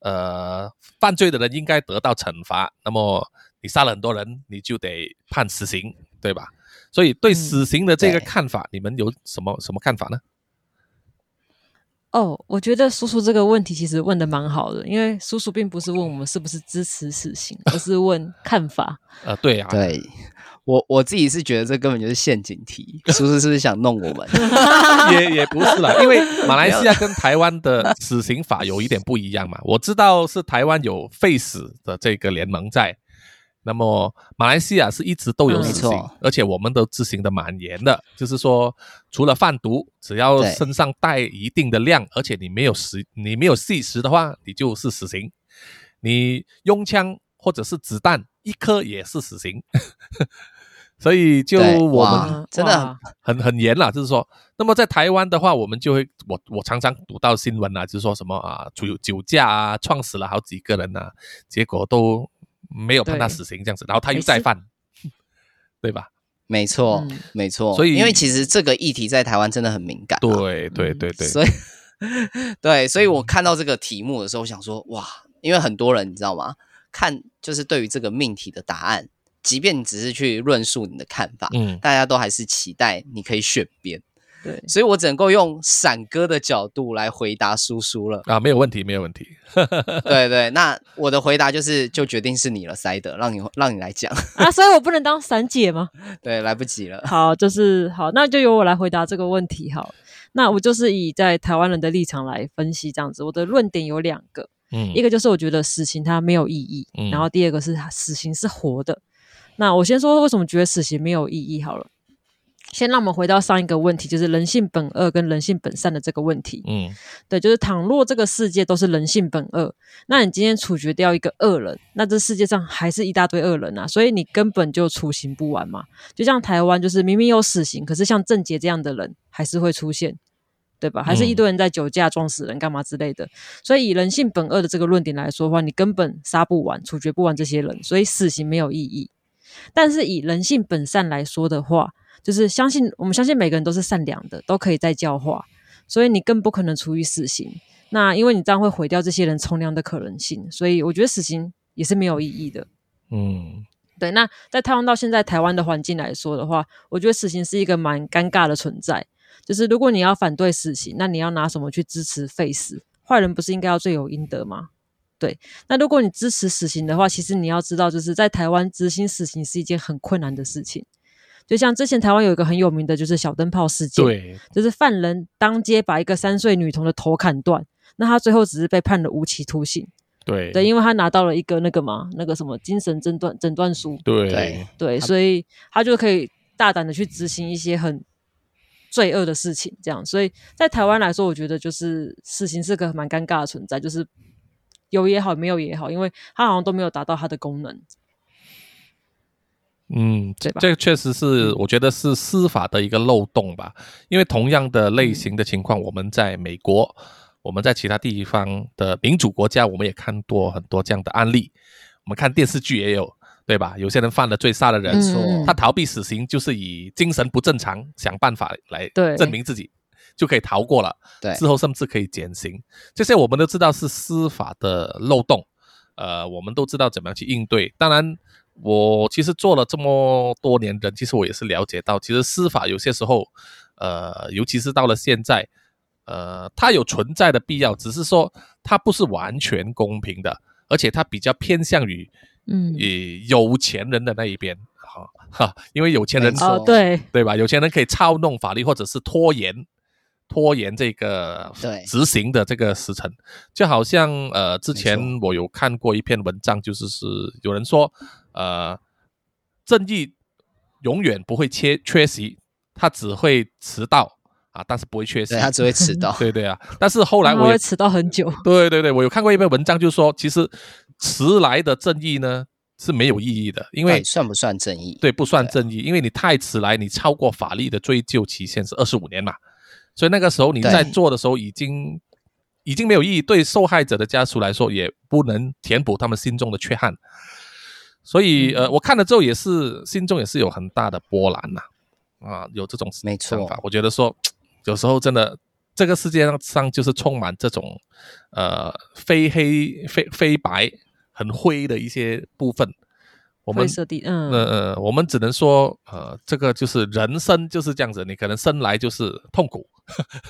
[SPEAKER 2] 呃，犯罪的人应该得到惩罚，那么你杀了很多人，你就得判死刑，对吧？所以对
[SPEAKER 4] 嗯
[SPEAKER 2] 死刑的这个
[SPEAKER 3] 对
[SPEAKER 2] 看法，你们有什么什么看法呢？
[SPEAKER 4] 哦，我觉得叔叔这个问题其实问的蛮好的，因为叔叔并不是问我们是不是支持死刑，而是问
[SPEAKER 3] (laughs)
[SPEAKER 4] 看法。
[SPEAKER 2] 呃，对啊，
[SPEAKER 3] 对我我自己是觉得这根本就是陷阱题，叔叔是不是想弄
[SPEAKER 2] (laughs)
[SPEAKER 3] 我们？
[SPEAKER 2] 也也不是啦，因
[SPEAKER 3] (laughs)
[SPEAKER 2] 为马来西亚跟台湾的死刑法有一点不一样嘛。我知道是台湾有废死的这个联盟在，那么马来西亚是一直都有
[SPEAKER 4] 嗯
[SPEAKER 2] 死
[SPEAKER 3] 没
[SPEAKER 2] 刑
[SPEAKER 3] 错，
[SPEAKER 2] 而且我们都执行的蛮严的，就是说除了贩毒，只要
[SPEAKER 3] 对
[SPEAKER 2] 身上带一定的量，而且你没有实你没有细实的话，你就是死刑。你用枪或者是子弹一颗也是死刑， (laughs) 所以就
[SPEAKER 3] 对
[SPEAKER 2] 我们
[SPEAKER 3] 哇啊真的很
[SPEAKER 4] 嗯哇
[SPEAKER 2] 很很严啦，就是说，那么在台湾的话，我们就会，我我常常读到新闻啊，就是说什么啊，酒酒驾啊，撞死了好几个人啊，结果都没有判他
[SPEAKER 4] 对
[SPEAKER 2] 死刑这样子，然后他又
[SPEAKER 4] 没事
[SPEAKER 2] 再犯， (laughs) 对吧？
[SPEAKER 3] 没错，
[SPEAKER 4] 嗯
[SPEAKER 3] 没错。
[SPEAKER 2] 所以
[SPEAKER 3] 因为其实这个议题在台湾真的很敏感、啊。
[SPEAKER 2] 对对
[SPEAKER 4] 嗯
[SPEAKER 2] 对对，
[SPEAKER 3] 所以 (laughs) 对，所以
[SPEAKER 2] 嗯
[SPEAKER 3] 我看到这个题目的时候，我想说哇，因为很多人你知道吗？看就是对于这个命题的答案，即便你只是去论述你的看法，
[SPEAKER 2] 嗯，。
[SPEAKER 3] 大家都还是期待你可以选边，
[SPEAKER 4] 对，
[SPEAKER 3] 所以我只能够用闪哥的角度来回答叔叔了
[SPEAKER 2] (laughs) 啊，没有问题，没有问题，
[SPEAKER 3] 对对，那我的回答就是，就决定是你了，塞德，让你让你来讲。 (laughs)
[SPEAKER 4] 啊，所以我不能当散姐吗？
[SPEAKER 3] 对，来不及
[SPEAKER 2] (laughs)
[SPEAKER 3] 了。
[SPEAKER 4] 好，就是好，那就由我来回答这个问题好了。那我就是以在台湾人的立场来分析这样子，我的论点有两个，
[SPEAKER 2] 嗯
[SPEAKER 4] 一个就是我觉得死刑它没有意义，
[SPEAKER 2] 嗯
[SPEAKER 4] 然后第二个是它死刑是活的。那我先说为什么觉得死刑没有意义好了。先让我们回到上一个问题，就是人性本恶跟人性本善的这个问题。
[SPEAKER 2] 嗯
[SPEAKER 4] 对，就是倘若这个世界都是人性本恶，那你今天处决掉一个恶人，那这世界上还是一大堆恶人啊，所以你根本就处刑不完嘛。就像台湾，就是明明有死刑，可是像郑杰这样的人还是会出现，对吧？还是一堆人在酒驾撞死人干嘛之类的。所以以人性本恶的这个论点来说的话，你根本杀不完、处决不完这些人，所以死刑没有意义。但是以人性本善来说的话，就是相信我们相信每个人都是善良的，都可以再教化，所以你更不可能处以死刑。那因为你这样会毁掉这些人从良的可能性，所以我觉得死刑也是没有意义的。
[SPEAKER 2] 嗯，
[SPEAKER 4] 对，那在套用到现在台湾的环境来说的话，我觉得死刑是一个蛮尴尬的存在。就是如果你要反对死刑，那你要拿什么去支持废死？坏人不是应该要罪有应得吗？对，那如果你支持死刑的话，其实你要知道，就是在台湾执行死刑是一件很困难的事情。就像之前台湾有一个很有名的就是小灯泡事件，
[SPEAKER 2] 对，
[SPEAKER 4] 就是犯人当街把一个三岁女童的头砍断，那他最后只是被判了无期徒刑。
[SPEAKER 2] 对，
[SPEAKER 4] 对，因为他拿到了一个那个嘛，那个什么精神诊断诊断书，
[SPEAKER 2] 对，
[SPEAKER 3] 对
[SPEAKER 4] 对，所以他就可以大胆的去执行一些很罪恶的事情，这样。所以在台湾来说，我觉得就是事情是个蛮尴尬的存在，就是有也好，没有也好，因为他好像都没有达到它的功能。
[SPEAKER 2] 嗯，这
[SPEAKER 4] 对吧嗯
[SPEAKER 2] 这个确实是，我觉得是司法的一个漏洞吧。因为同样的
[SPEAKER 4] 嗯
[SPEAKER 2] 类型的情况，我们在美国，我们在其他地方的民主国家，我们也看过很多这样的案例。我们看电视剧也有，对吧？有些人犯了罪，杀了人，
[SPEAKER 4] 嗯嗯
[SPEAKER 2] 他逃避死刑就是以精神不正常想办法来
[SPEAKER 4] 对
[SPEAKER 2] 证明自己，就可以逃过了。
[SPEAKER 3] 对
[SPEAKER 2] 之后甚至可以减刑。这些我们都知道是司法的漏洞，呃，我们都知道怎么样去应对。当然，我其实做了这么多年人，其实我也是了解到，其实司法有些时候，呃，尤其是到了现在，呃，它有存在的必要，只是说它不是完全公平的，而且它比较偏向于
[SPEAKER 4] 嗯，
[SPEAKER 2] 以有钱人的那一边，哈、哈，因为有钱人
[SPEAKER 3] 没错
[SPEAKER 4] 哦，对，
[SPEAKER 2] 对吧？有钱人可以操弄法律，或者是拖延拖延这个
[SPEAKER 3] 对
[SPEAKER 2] 执行的这个时程。就好像呃，之前
[SPEAKER 3] 没
[SPEAKER 2] 我有看过一篇文章，就是是有人说，呃，正义永远不会缺缺席，他只会迟到啊，但是不会缺席
[SPEAKER 3] 对。他只会迟到，
[SPEAKER 2] 对对啊，但是后来
[SPEAKER 4] 他
[SPEAKER 2] 我也
[SPEAKER 4] 会迟到很久。
[SPEAKER 2] 对对对，我有看过一篇文章，就是说，其实迟来的正义呢是没有意义的， (laughs) 因
[SPEAKER 3] 因
[SPEAKER 2] 为
[SPEAKER 3] 算不算正义？
[SPEAKER 2] 对，不算
[SPEAKER 3] 对
[SPEAKER 2] 正义，因为你太迟来，你超过法律的追究期限是二十五年嘛，所以那个时候你在
[SPEAKER 3] 对
[SPEAKER 2] 做的时候已经已经没有意义，对受害者的家属来说也不能填补他们心中的缺憾，所以
[SPEAKER 3] 嗯
[SPEAKER 2] 呃，我看了之后也是心中也是有很大的波澜呐、啊，有这种
[SPEAKER 3] 没错
[SPEAKER 2] 想法，我觉得说有时候真的。这个世界上就是充满这种，呃，非黑非非白很灰的一些部分。我们
[SPEAKER 4] 灰色地，嗯，
[SPEAKER 2] 呃呃，我们只能说，呃，这个就是人生就是这样子，你可能生来就是痛苦，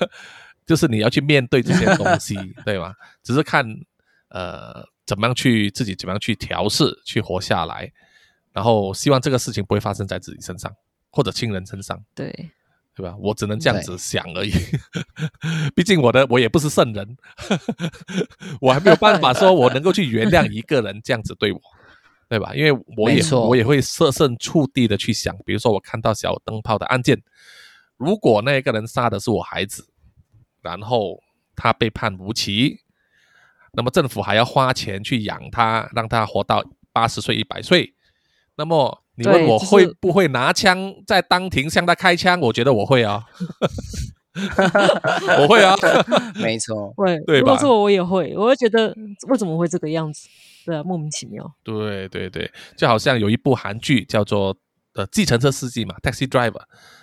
[SPEAKER 2] (laughs) 就是你要去面对这些东西，对吧？只是看呃怎么样去自己怎么样去调试，去活下来，然后希望这个事情不会发生在自己身上或者亲人身上，
[SPEAKER 4] 对，
[SPEAKER 2] 对吧？我只能这样子想而已， (laughs) 毕竟我的我也不是圣人， (laughs) 我还没有办法说我能够去原谅一个人这样子对我，对吧？因为我
[SPEAKER 3] 没
[SPEAKER 2] 也
[SPEAKER 3] 错
[SPEAKER 2] 我也会设身处地的去想，比如说我看到小灯泡的案件，如果那个人杀的是我孩子，然后他被判无期，那么政府还要花钱去养他，让他活到八十岁、一百岁。那么你问
[SPEAKER 4] 对
[SPEAKER 2] 我
[SPEAKER 4] 就是
[SPEAKER 2] 会不会拿枪在当庭向他开枪？我觉得我会啊， (laughs) 我会啊。
[SPEAKER 3] 没错，
[SPEAKER 4] 会，
[SPEAKER 2] 对
[SPEAKER 4] 如果
[SPEAKER 2] 吧
[SPEAKER 4] 是我，我也会，我会觉得为什么会这个样子？对啊，莫名其妙。
[SPEAKER 2] 对对对，就好像有一部韩剧叫做《呃计程车司机》嘛，《Taxi Driver》，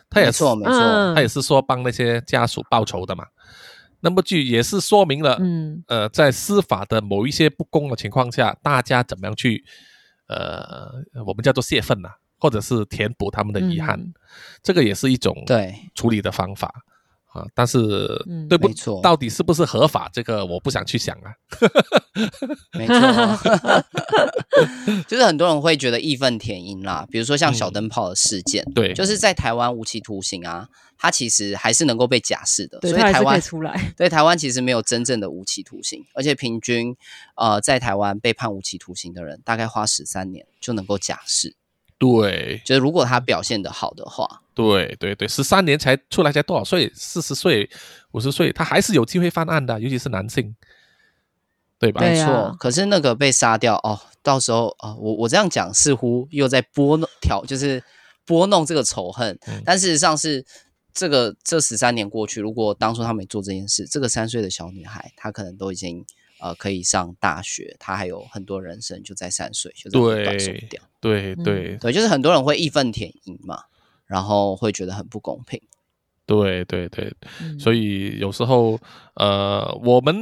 [SPEAKER 2] 他也
[SPEAKER 3] 没
[SPEAKER 2] 是
[SPEAKER 3] 错，没错，
[SPEAKER 4] 嗯
[SPEAKER 2] 他也是说帮那些家属报仇的嘛。那么就也是说明了，
[SPEAKER 4] 嗯，
[SPEAKER 2] 呃，在司法的某一些不公的情况下，大家怎么样去，呃，我们叫做泄愤呐、或者是填补他们的遗憾，
[SPEAKER 4] 嗯
[SPEAKER 2] 这个也是一种
[SPEAKER 3] 对，
[SPEAKER 2] 处理的方法啊。但是
[SPEAKER 4] 嗯
[SPEAKER 2] 对不
[SPEAKER 3] 没错
[SPEAKER 2] 到底是不是合法，这个我不想去想啊。
[SPEAKER 3] 没
[SPEAKER 4] (laughs)
[SPEAKER 3] 错，哦就是很多人会觉得义愤填膺啦，比如说像
[SPEAKER 4] 嗯
[SPEAKER 3] 小灯泡的事件，
[SPEAKER 2] 对，
[SPEAKER 3] 就是在台湾无期徒刑啊，它其实还是能够被假释的，
[SPEAKER 4] 对
[SPEAKER 3] 所以
[SPEAKER 4] 他还
[SPEAKER 3] 台
[SPEAKER 4] 是可
[SPEAKER 3] 湾
[SPEAKER 4] 以出来。
[SPEAKER 3] 对台湾其实没有真正的无期徒刑，而且平均呃在台湾被判无期徒刑的人，大概花十三年就能够假释，
[SPEAKER 2] 对
[SPEAKER 3] 就是如果他表现的好的话，
[SPEAKER 2] 对对对，十三年才出来才多少岁？四十岁、五十岁，他还是有机会犯案的，尤其是男性，对吧？
[SPEAKER 4] 对
[SPEAKER 3] 没错。
[SPEAKER 4] 啊
[SPEAKER 3] 可是那个被杀掉哦，到时候啊、哦我我这样讲似乎又在拨弄挑，就是拨弄这个仇恨，
[SPEAKER 2] 嗯
[SPEAKER 3] 但事实上是这个这十三年过去，如果当初他没做这件事，这个三岁的小女孩，她可能都已经呃可以上大学，她还有很多人生就在三岁就在短手
[SPEAKER 2] 对
[SPEAKER 3] 掉，
[SPEAKER 2] 对
[SPEAKER 4] 嗯
[SPEAKER 2] 对
[SPEAKER 3] 对，就是很多人会义愤填膺嘛，然后会觉得很不公平。
[SPEAKER 2] 对对对，
[SPEAKER 4] 嗯
[SPEAKER 2] 所以有时候，呃，我们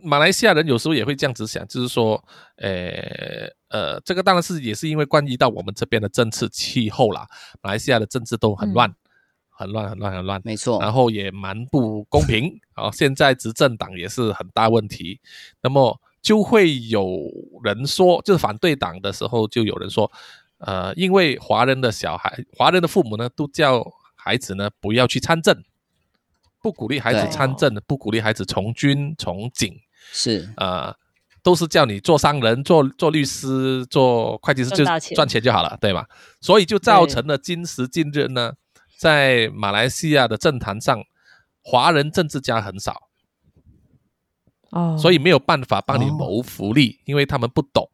[SPEAKER 2] 马来西亚人有时候也会这样子想，就是说，呃呃，这个当然是也是因为关于到我们这边的政治气候啦，马来西亚的政治都很乱，很乱，很乱，很乱。
[SPEAKER 3] 没错，
[SPEAKER 2] 然后也蛮不公
[SPEAKER 3] (laughs)
[SPEAKER 2] 平啊！现在执政党也是很大问题，那么就会有人说，就是反对党的时候，就有人说，呃，因为华人的小孩，华人的父母呢，都叫孩子呢不要去参政，不鼓励孩子
[SPEAKER 3] 对
[SPEAKER 2] 参政，不鼓励孩子从军从警，
[SPEAKER 3] 是
[SPEAKER 2] 呃，都是叫你做商人、做做律师、做会计师，
[SPEAKER 4] 赚
[SPEAKER 2] 就
[SPEAKER 4] 大钱
[SPEAKER 2] 赚钱就好了，对吧？所以就造
[SPEAKER 4] 对
[SPEAKER 2] 成了今时今日呢，在马来西亚的政坛上，华人政治家很少，
[SPEAKER 4] 哦，
[SPEAKER 2] 所以没有办法帮你
[SPEAKER 3] 哦
[SPEAKER 2] 谋福利，因为他们不懂。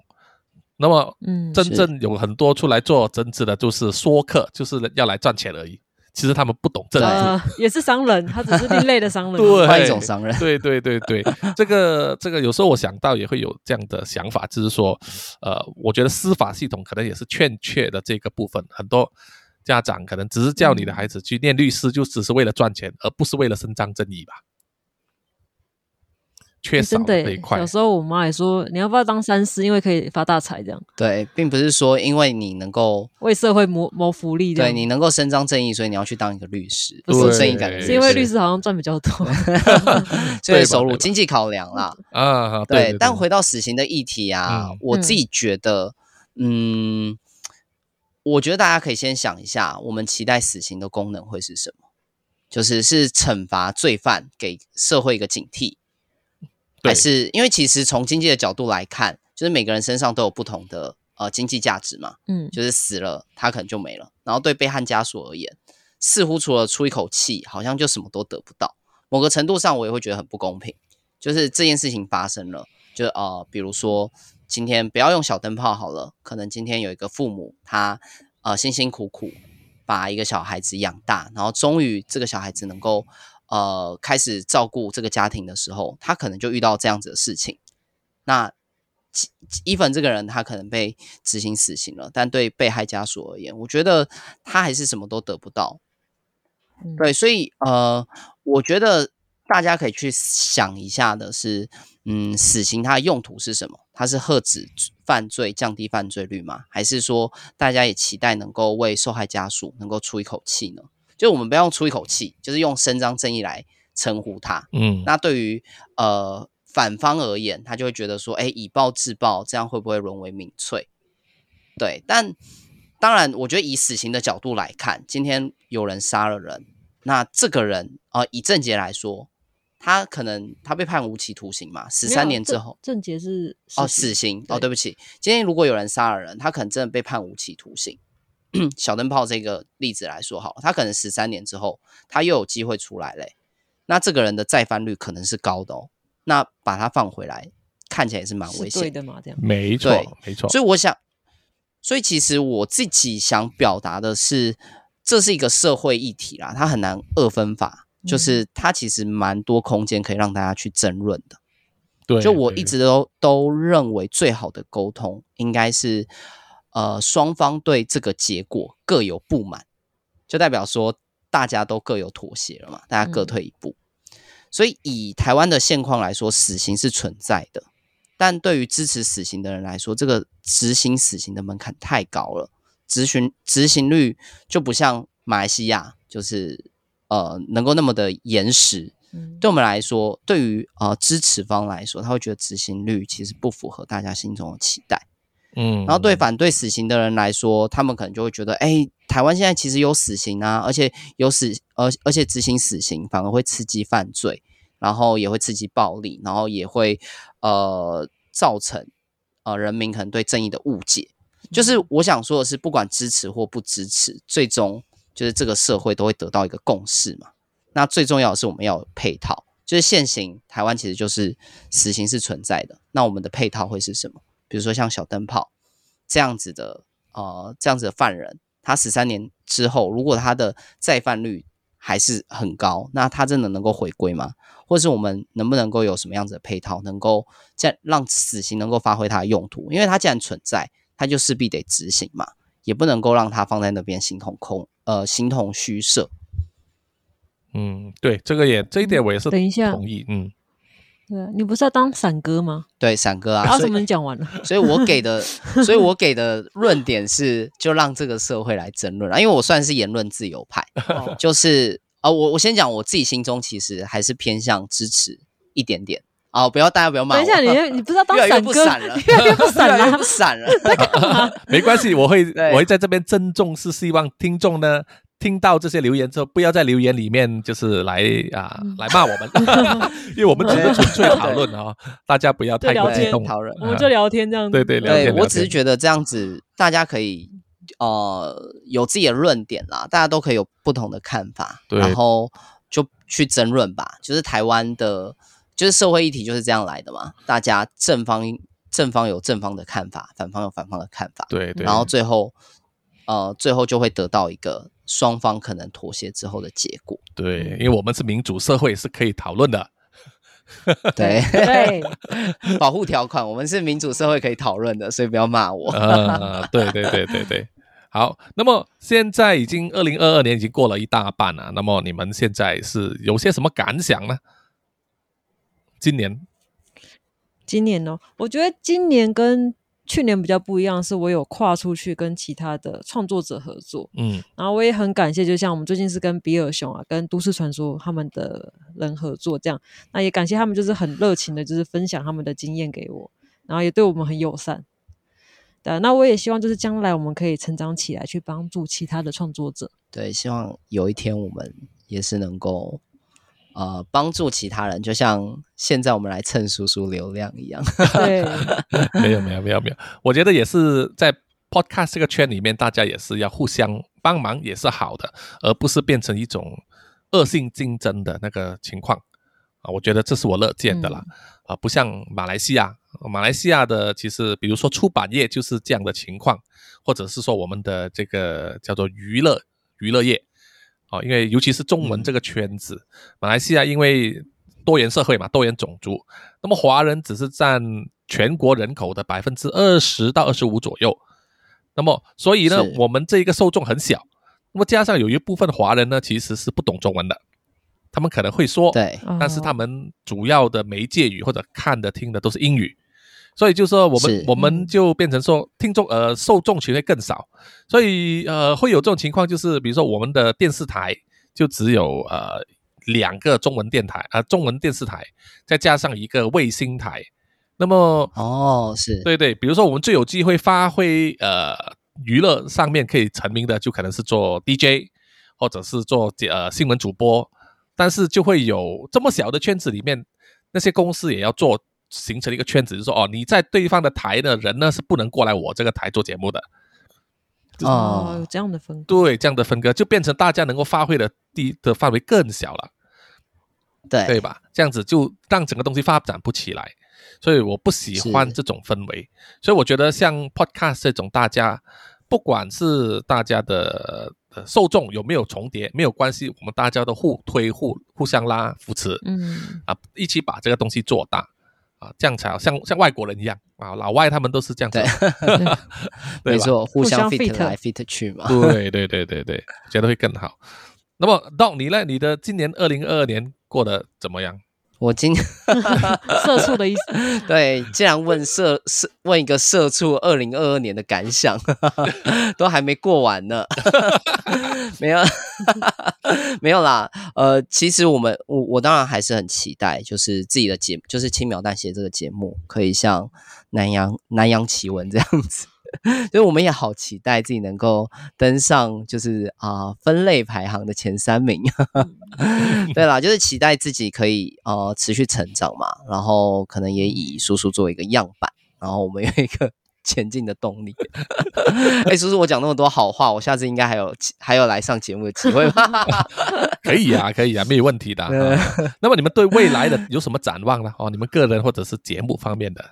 [SPEAKER 2] 那么，
[SPEAKER 4] 嗯，
[SPEAKER 2] 真
[SPEAKER 3] 是
[SPEAKER 2] 正有很多出来做政治的，就是说客，就是要来赚钱而已。其实他们不懂政治，
[SPEAKER 4] 呃也是商人，他只是另类
[SPEAKER 3] (laughs)
[SPEAKER 4] 的商人，哦
[SPEAKER 2] 对
[SPEAKER 3] 换一种商人，
[SPEAKER 2] 对对对对，这个这个有时候我想到也会有这样的想法，就是说，呃，我觉得司法系统可能也是欠缺的这个部分，很多家长可能只是叫你
[SPEAKER 3] 嗯
[SPEAKER 2] 的孩子去念律师，就只是为了赚钱，而不是为了伸张正义吧。缺
[SPEAKER 3] 哎
[SPEAKER 4] 欸
[SPEAKER 2] 少
[SPEAKER 4] 真的
[SPEAKER 2] 了这
[SPEAKER 4] 欸
[SPEAKER 2] 一。块
[SPEAKER 4] 小，时候我妈也说，你要不要当三师，因为可以发大财，这样
[SPEAKER 3] 对，并不是说因为你能够
[SPEAKER 4] 为社会谋谋福利，这
[SPEAKER 3] 对
[SPEAKER 4] 样
[SPEAKER 3] 你能够伸张正义，所以你要去当一个律师，
[SPEAKER 4] 不是
[SPEAKER 3] 有正义感的
[SPEAKER 2] 对
[SPEAKER 4] 是因为律
[SPEAKER 3] 师，
[SPEAKER 4] 师好像赚比
[SPEAKER 3] (laughs)
[SPEAKER 4] 较多。
[SPEAKER 3] 所以
[SPEAKER 2] 对吧
[SPEAKER 3] 收
[SPEAKER 2] 对
[SPEAKER 3] 入
[SPEAKER 2] 吧
[SPEAKER 3] 经济考量啦。
[SPEAKER 2] 啊，对
[SPEAKER 3] 对，但回到死刑的议题啊
[SPEAKER 2] 嗯，
[SPEAKER 3] 我自己觉得，嗯，我觉得大家可以先想一下，我们期待死刑的功能会是什么？就是是惩罚罪犯，给社会一个警惕，
[SPEAKER 2] 对
[SPEAKER 3] 还是因为其实从经济的角度来看，就是每个人身上都有不同的呃经济价值嘛。
[SPEAKER 4] 嗯，
[SPEAKER 3] 就是死了，他可能就没了。然后对被害家属而言，似乎除了出一口气，好像就什么都得不到。某个程度上，我也会觉得很不公平。就是这件事情发生了，就是呃，比如说今天不要用小灯泡好了，可能今天有一个父母他呃辛辛苦苦把一个小孩子养大，然后终于这个小孩子能够呃开始照顾这个家庭的时候，他可能就遇到这样子的事情。那其伊粉这个人，他可能被执行死刑了，但对被害家属而言，我觉得他还是什么都得不到。
[SPEAKER 4] 嗯
[SPEAKER 3] 对，所以呃，我觉得大家可以去想一下的是，嗯，死刑它的用途是什么？它是遏止犯罪、降低犯罪率吗？还是说大家也期待能够为受害家属能够出一口气呢？就我们不要用出一口气，就是用伸张正义来称呼他。
[SPEAKER 2] 嗯，
[SPEAKER 3] 那对于呃反方而言，他就会觉得说，哎，以暴制暴，这样会不会沦为民粹？对，但当然，我觉得以死刑的角度来看，今天有人杀了人，那这个人啊、呃以正杰来说，他可能他被判无期徒刑嘛， (laughs) 十三年之后。
[SPEAKER 4] 郑杰是
[SPEAKER 3] 哦，死刑哦，
[SPEAKER 4] 对
[SPEAKER 3] 对不起，今天如果有人杀了人，他可能真的被判无期徒刑。 (clears throat) 小灯泡这个例子来说好了，他可能十三年之后，他又有机会出来嘞，那这个人的再犯率可能是高的哦。那把他放回来，看起来也是蛮危
[SPEAKER 4] 是
[SPEAKER 3] 险
[SPEAKER 4] 对
[SPEAKER 3] 的。
[SPEAKER 4] 的嘛？这样，
[SPEAKER 2] 没错
[SPEAKER 3] 对，
[SPEAKER 2] 没错，
[SPEAKER 3] 所以我想，所以其实我自己想表达的是，这是一个社会议题啦，它很难二分法，
[SPEAKER 4] 嗯
[SPEAKER 3] 就是它其实蛮多空间可以让大家去争论的。
[SPEAKER 2] 对，
[SPEAKER 3] 就我
[SPEAKER 2] 对
[SPEAKER 3] 一直都都认为最好的沟通应该是，呃，双方对这个结果各有不满，就代表说大家都各有妥协了嘛，大家各
[SPEAKER 4] 嗯
[SPEAKER 3] 退一步。所以以台湾的现况来说，死刑是存在的，但对于支持死刑的人来说，这个执行死刑的门槛太高了，执行执行率就不像马来西亚，就是呃能够那么的严实，
[SPEAKER 4] 嗯
[SPEAKER 3] 对我们来说，对于呃支持方来说，他会觉得执行率其实不符合大家心中的期待。
[SPEAKER 2] 嗯，
[SPEAKER 3] 然后对反对死刑的人来说，他们可能就会觉得，哎，台湾现在其实有死刑啊，而且有死，而而且执行死刑反而会刺激犯罪，然后也会刺激暴力，然后也会呃造成呃人民可能对正义的误解。就是我想说的是，不管支持或不支持，最终就是这个社会都会得到一个共识嘛。那最重要的是我们要有配套，就是现行台湾其实就是死刑是存在的，那我们的配套会是什么？比如说像小灯泡这样子的呃这样子的犯人，他十三年之后，如果他的再犯率还是很高，那他真的能够回归吗？或是我们能不能够有什么样子的配套，能够这样让死刑能够发挥它的用途？因为它既然存在，他就势必得执行嘛，也不能够让他放在那边形同空，呃，形同虚设。
[SPEAKER 2] 嗯，对，这个也这
[SPEAKER 3] 嗯
[SPEAKER 2] 一点我也是
[SPEAKER 4] 等一下
[SPEAKER 2] 同意，嗯，
[SPEAKER 4] 对啊，你不是要当伞哥吗？
[SPEAKER 3] 对，闪哥
[SPEAKER 4] 然
[SPEAKER 3] 啊，
[SPEAKER 4] 后
[SPEAKER 3] 所
[SPEAKER 4] 怎么你
[SPEAKER 3] 以
[SPEAKER 4] 讲完了？
[SPEAKER 3] 所以我给
[SPEAKER 4] (laughs)
[SPEAKER 3] 的，所以我给的论点是，就让这个社会来争论啊，因为我算是言论自由派，
[SPEAKER 4] 哦
[SPEAKER 3] 就是啊、呃我我先讲我自己心中其实还是偏向支持一点点啊、不要大家不要骂我，
[SPEAKER 4] 等一
[SPEAKER 3] (laughs)
[SPEAKER 4] 下，你你不是要当
[SPEAKER 3] 越来越
[SPEAKER 4] 伞
[SPEAKER 3] 不
[SPEAKER 4] 哥，
[SPEAKER 3] 闪了
[SPEAKER 4] 你越来越不
[SPEAKER 3] 越
[SPEAKER 4] 闪
[SPEAKER 3] 来越
[SPEAKER 4] 了
[SPEAKER 3] 不。闪
[SPEAKER 4] (laughs)
[SPEAKER 3] 了。
[SPEAKER 2] 没关系，我会
[SPEAKER 3] 对
[SPEAKER 2] 我会在这边郑重，是希望听众呢听到这些留言之后，不要在留言里面就是来啊、
[SPEAKER 4] 嗯
[SPEAKER 2] 来骂我们，
[SPEAKER 4] (laughs)
[SPEAKER 2] 因为我们只是纯粹讨论啊、大家不要太
[SPEAKER 4] 对
[SPEAKER 2] 过
[SPEAKER 4] 聊
[SPEAKER 2] 激
[SPEAKER 4] 天
[SPEAKER 2] 动。啊
[SPEAKER 3] 讨论
[SPEAKER 4] (laughs) 我们就聊天这样子。
[SPEAKER 2] 对对了解
[SPEAKER 3] 对
[SPEAKER 2] 了
[SPEAKER 3] 我
[SPEAKER 2] 解
[SPEAKER 3] 只是觉得这样子大家可以呃有自己的论点啦，大家都可以有不同的看法，
[SPEAKER 2] 对
[SPEAKER 3] 然后就去争论吧。就是台湾的，就是社会议题就是这样来的嘛，大家正方正方有正方的看法，反方有反方的看法，
[SPEAKER 2] 对对，
[SPEAKER 3] 然后最后呃最后就会得到一个双方可能妥协之后的结
[SPEAKER 2] (laughs)
[SPEAKER 3] 果。
[SPEAKER 2] 对，因为我们是民主社会，是可以讨论的。
[SPEAKER 3] 对， (laughs)
[SPEAKER 4] 对，
[SPEAKER 3] 保护条款，我们是民主社会可以讨论的，所以不要骂
[SPEAKER 4] 哦
[SPEAKER 3] 我。
[SPEAKER 2] 呃，对对对对对。好，那么现在已经二零二二年已经过了一大半了，那么你们现在是有些什么感想呢？今年
[SPEAKER 4] 今年哦，我觉得今年跟去年比较不一样，是我有跨出去跟其他的创作者合作，
[SPEAKER 2] 嗯
[SPEAKER 4] 然后我也很感谢，就像我们最近是跟比尔熊啊、跟都市传说他们的人合作这样，那也感谢他们就是很热情的，就是分享他们的经验给我，然后也对我们很友善。对啊，那我也希望就是将来我们可以成长起来，去帮助其他的创
[SPEAKER 2] (laughs)
[SPEAKER 4] 作者。
[SPEAKER 3] 对，希望有一天我们也是能够呃帮助其他人，就像现在我们来蹭叔叔流量一样。 (laughs)
[SPEAKER 4] 对，
[SPEAKER 2] 没有没有没有没有，我觉得也是在 podcast 这个圈里面，大家也是要互相帮忙，也是好的，而不是变成一种恶性竞争的那个情况啊。我觉得这是我乐见的啦，啊，不像马来西亚，马来西亚的其实比如说出版业就是这样的情况，或者是说我们的这个叫做娱乐娱乐业。啊，因为尤其是中
[SPEAKER 3] 嗯
[SPEAKER 2] 文这个圈子，马来西亚因为多元社会嘛，多元种族，那么华人只是占全国人口的百分之二十到二十五左右。那么，所以呢
[SPEAKER 3] 是，
[SPEAKER 2] 我们这一个受众很小。那么加上有一部分华人呢，其实是不懂中文的，他们可能会说，
[SPEAKER 3] 对，
[SPEAKER 2] 但
[SPEAKER 4] 哦
[SPEAKER 2] 是他们主要的媒介语或者看的听的都是英语，所以就说我们
[SPEAKER 3] 是
[SPEAKER 2] 我们就变成说听众呃受众群会更少，所以呃会有这种情况，就是比如说我们的电视台就只有呃两个中文电台啊、呃中文电视台，再加上一个卫星台，那么
[SPEAKER 3] 哦，是，
[SPEAKER 2] 对对，比如说我们最有机会发挥呃娱乐上面可以成名的，就可能是做 DJ，或者是做呃新闻主播，但是就会有这么小的圈子里面，那些公司也要做形成一个圈子，就是说哦你在对方的台的人呢是不能过来我这个台做节目的，
[SPEAKER 4] 哦，
[SPEAKER 3] 哦
[SPEAKER 4] 有，这样的分工，
[SPEAKER 2] 对这样的分割就变成大家能够发挥的地的范围更小了。
[SPEAKER 3] 对，
[SPEAKER 2] 对吧？这样子就让整个东西发展不起来，所以我不喜欢
[SPEAKER 3] 是
[SPEAKER 2] 这种氛围。所以我觉得像 podcast 这种，大家不管是大家的呃受众有没有重叠，没有关系，我们大家都互推互互相拉扶持，
[SPEAKER 4] 嗯，
[SPEAKER 2] 啊，一起把这个东西做大啊，这样才好像像外国人一样啊，老外他们都是这样子，对
[SPEAKER 4] (laughs)
[SPEAKER 3] 没
[SPEAKER 2] 吧？
[SPEAKER 3] 错，互
[SPEAKER 4] 互
[SPEAKER 3] 相
[SPEAKER 4] 相
[SPEAKER 3] fit
[SPEAKER 4] fit
[SPEAKER 3] 来 fit 去嘛。 (laughs)
[SPEAKER 2] 对对对对对，觉得会更好。那么到你呢？你的今年二零二二年过得怎么样？
[SPEAKER 3] 我今
[SPEAKER 4] 社畜的意思。
[SPEAKER 3] (laughs) 对，既然问社社问一个社畜二零二二年的感想， (laughs) 都还没过完呢， (laughs) 没有 (laughs) 没有啦。呃，其实我们我我当然还是很期待，就是自己的节就是轻描淡写这个节目，可以像南洋南洋奇闻这样子。 (laughs) 所以我们也好期待自己能够登上，就是啊、分类排行的前三名。 (laughs) 对啦，就是期待自己可以呃持续成长嘛，然后可能也以叔叔作为一个样板，然后我们有一个 (laughs) 前进的动力。 (laughs) 哎、叔叔，我讲那么多好话，我下次应该还有机还有来上节目的机会吧？
[SPEAKER 2] 可以啊，可以啊，没有问题的、啊。那么你们对未来的有什么展望呢？哦，你们个人或者是节目方面的，
[SPEAKER 4] (laughs)
[SPEAKER 3] 啊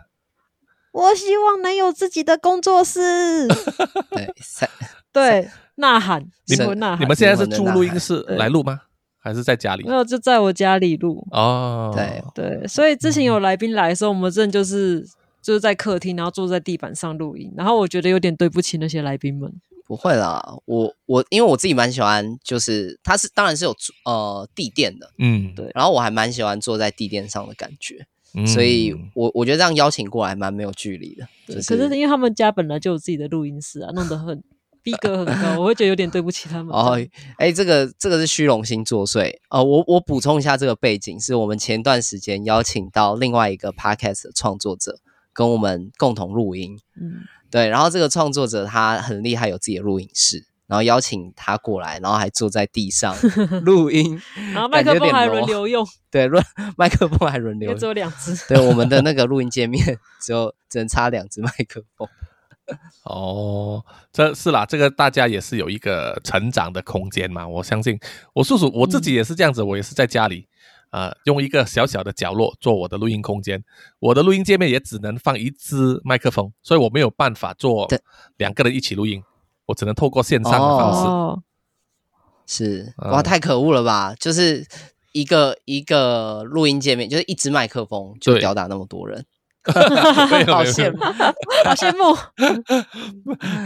[SPEAKER 4] 我希望能有自己的工作室。
[SPEAKER 3] (laughs) 对，三
[SPEAKER 4] (laughs) 对，呐喊，
[SPEAKER 2] 你
[SPEAKER 4] 灵
[SPEAKER 2] 们
[SPEAKER 4] 魂呐喊。
[SPEAKER 2] 你们现在是住录音室
[SPEAKER 4] 对
[SPEAKER 2] 来录吗？还是在家里
[SPEAKER 4] 没？有就在我家里录。
[SPEAKER 2] 哦，
[SPEAKER 3] 嗯对，
[SPEAKER 4] 对，所以之前有来宾来的时候，我们真的就是就是在客厅，然后坐在地板上录音，然后我觉得有点对不起那些来宾们。
[SPEAKER 3] 不会啦，我我因为我自己蛮喜欢，就是它是当然是有呃地垫的，
[SPEAKER 2] 嗯，
[SPEAKER 4] 对
[SPEAKER 3] 然后我还蛮喜欢坐在地垫上的感觉，
[SPEAKER 4] 嗯
[SPEAKER 2] 对
[SPEAKER 3] 所以我我觉得这样邀请过来蛮没有距离的。
[SPEAKER 4] 对
[SPEAKER 3] 就
[SPEAKER 4] 可是因为他们家本来就有自己的录音室啊，弄得很逼格很高，我会觉得有点对不起他们。
[SPEAKER 3] (laughs)
[SPEAKER 4] (laughs)
[SPEAKER 3] 哦，哎，这个这个是虚荣心作祟呃，我我补充一下，这个背景是我们前段时间邀请到另外一个 podcast 的创作者跟我们共同录音，
[SPEAKER 4] 嗯，
[SPEAKER 3] 对，然后这个创作者他很厉害，有自己的录音室，然后邀请他过来，然后还坐在地上录音，
[SPEAKER 4] 然后麦
[SPEAKER 3] 感觉
[SPEAKER 4] 克
[SPEAKER 3] 有
[SPEAKER 4] 风
[SPEAKER 3] 点
[SPEAKER 4] 还轮
[SPEAKER 3] low
[SPEAKER 4] 流用，
[SPEAKER 3] 对，录麦克风还轮
[SPEAKER 4] 因
[SPEAKER 3] 流
[SPEAKER 4] 为只有两只。
[SPEAKER 3] 对，我们的那个录音界面 (laughs) 只有只能插两只麦克风。
[SPEAKER 2] 哦，这是啦，这个大家也是有一个成长的空间嘛。我相信我叔叔我自己也是这样子，我也是在家里，呃，用一个小小的角落做我的录音空间。我的录音界面也只能放一支麦克风，所以我没有办法做
[SPEAKER 3] 对
[SPEAKER 2] 两个人一起录音，我只能透过线上的方式。
[SPEAKER 4] 哦，
[SPEAKER 3] 是，
[SPEAKER 2] 嗯
[SPEAKER 3] 哇，太可恶了吧！就是一个一个录音界面，就是一支麦克风就
[SPEAKER 2] 对
[SPEAKER 3] 吊打那么多人，
[SPEAKER 2] (laughs) 没有没有
[SPEAKER 3] 好
[SPEAKER 2] 没有
[SPEAKER 3] 羡慕。
[SPEAKER 4] 好羡慕。 (laughs)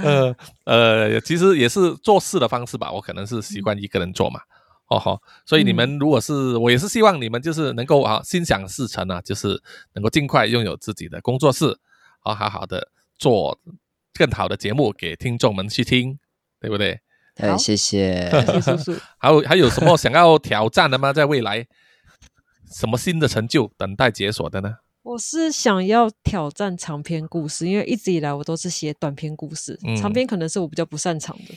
[SPEAKER 2] 呃呃，其实也是做事的方式吧，我可能是习惯一个人做嘛。哦吼，所以你们如果是、我也是希望你们就是能够啊心想事成啊，就是能够尽快拥有自己的工作室，好好好的做更好的节目给听众们去听，对不对？
[SPEAKER 3] (laughs) 对，
[SPEAKER 4] 好
[SPEAKER 3] 谢谢。
[SPEAKER 2] (laughs)
[SPEAKER 4] 谢谢叔叔。
[SPEAKER 2] 还有还有什么想要挑战的吗？在未来 (laughs) 什么新的成就等待解锁的呢？
[SPEAKER 4] 我是想要挑战长篇故事，因为一直以来我都是写短篇故事，
[SPEAKER 2] 嗯
[SPEAKER 4] 长篇可能是我比较不擅长的。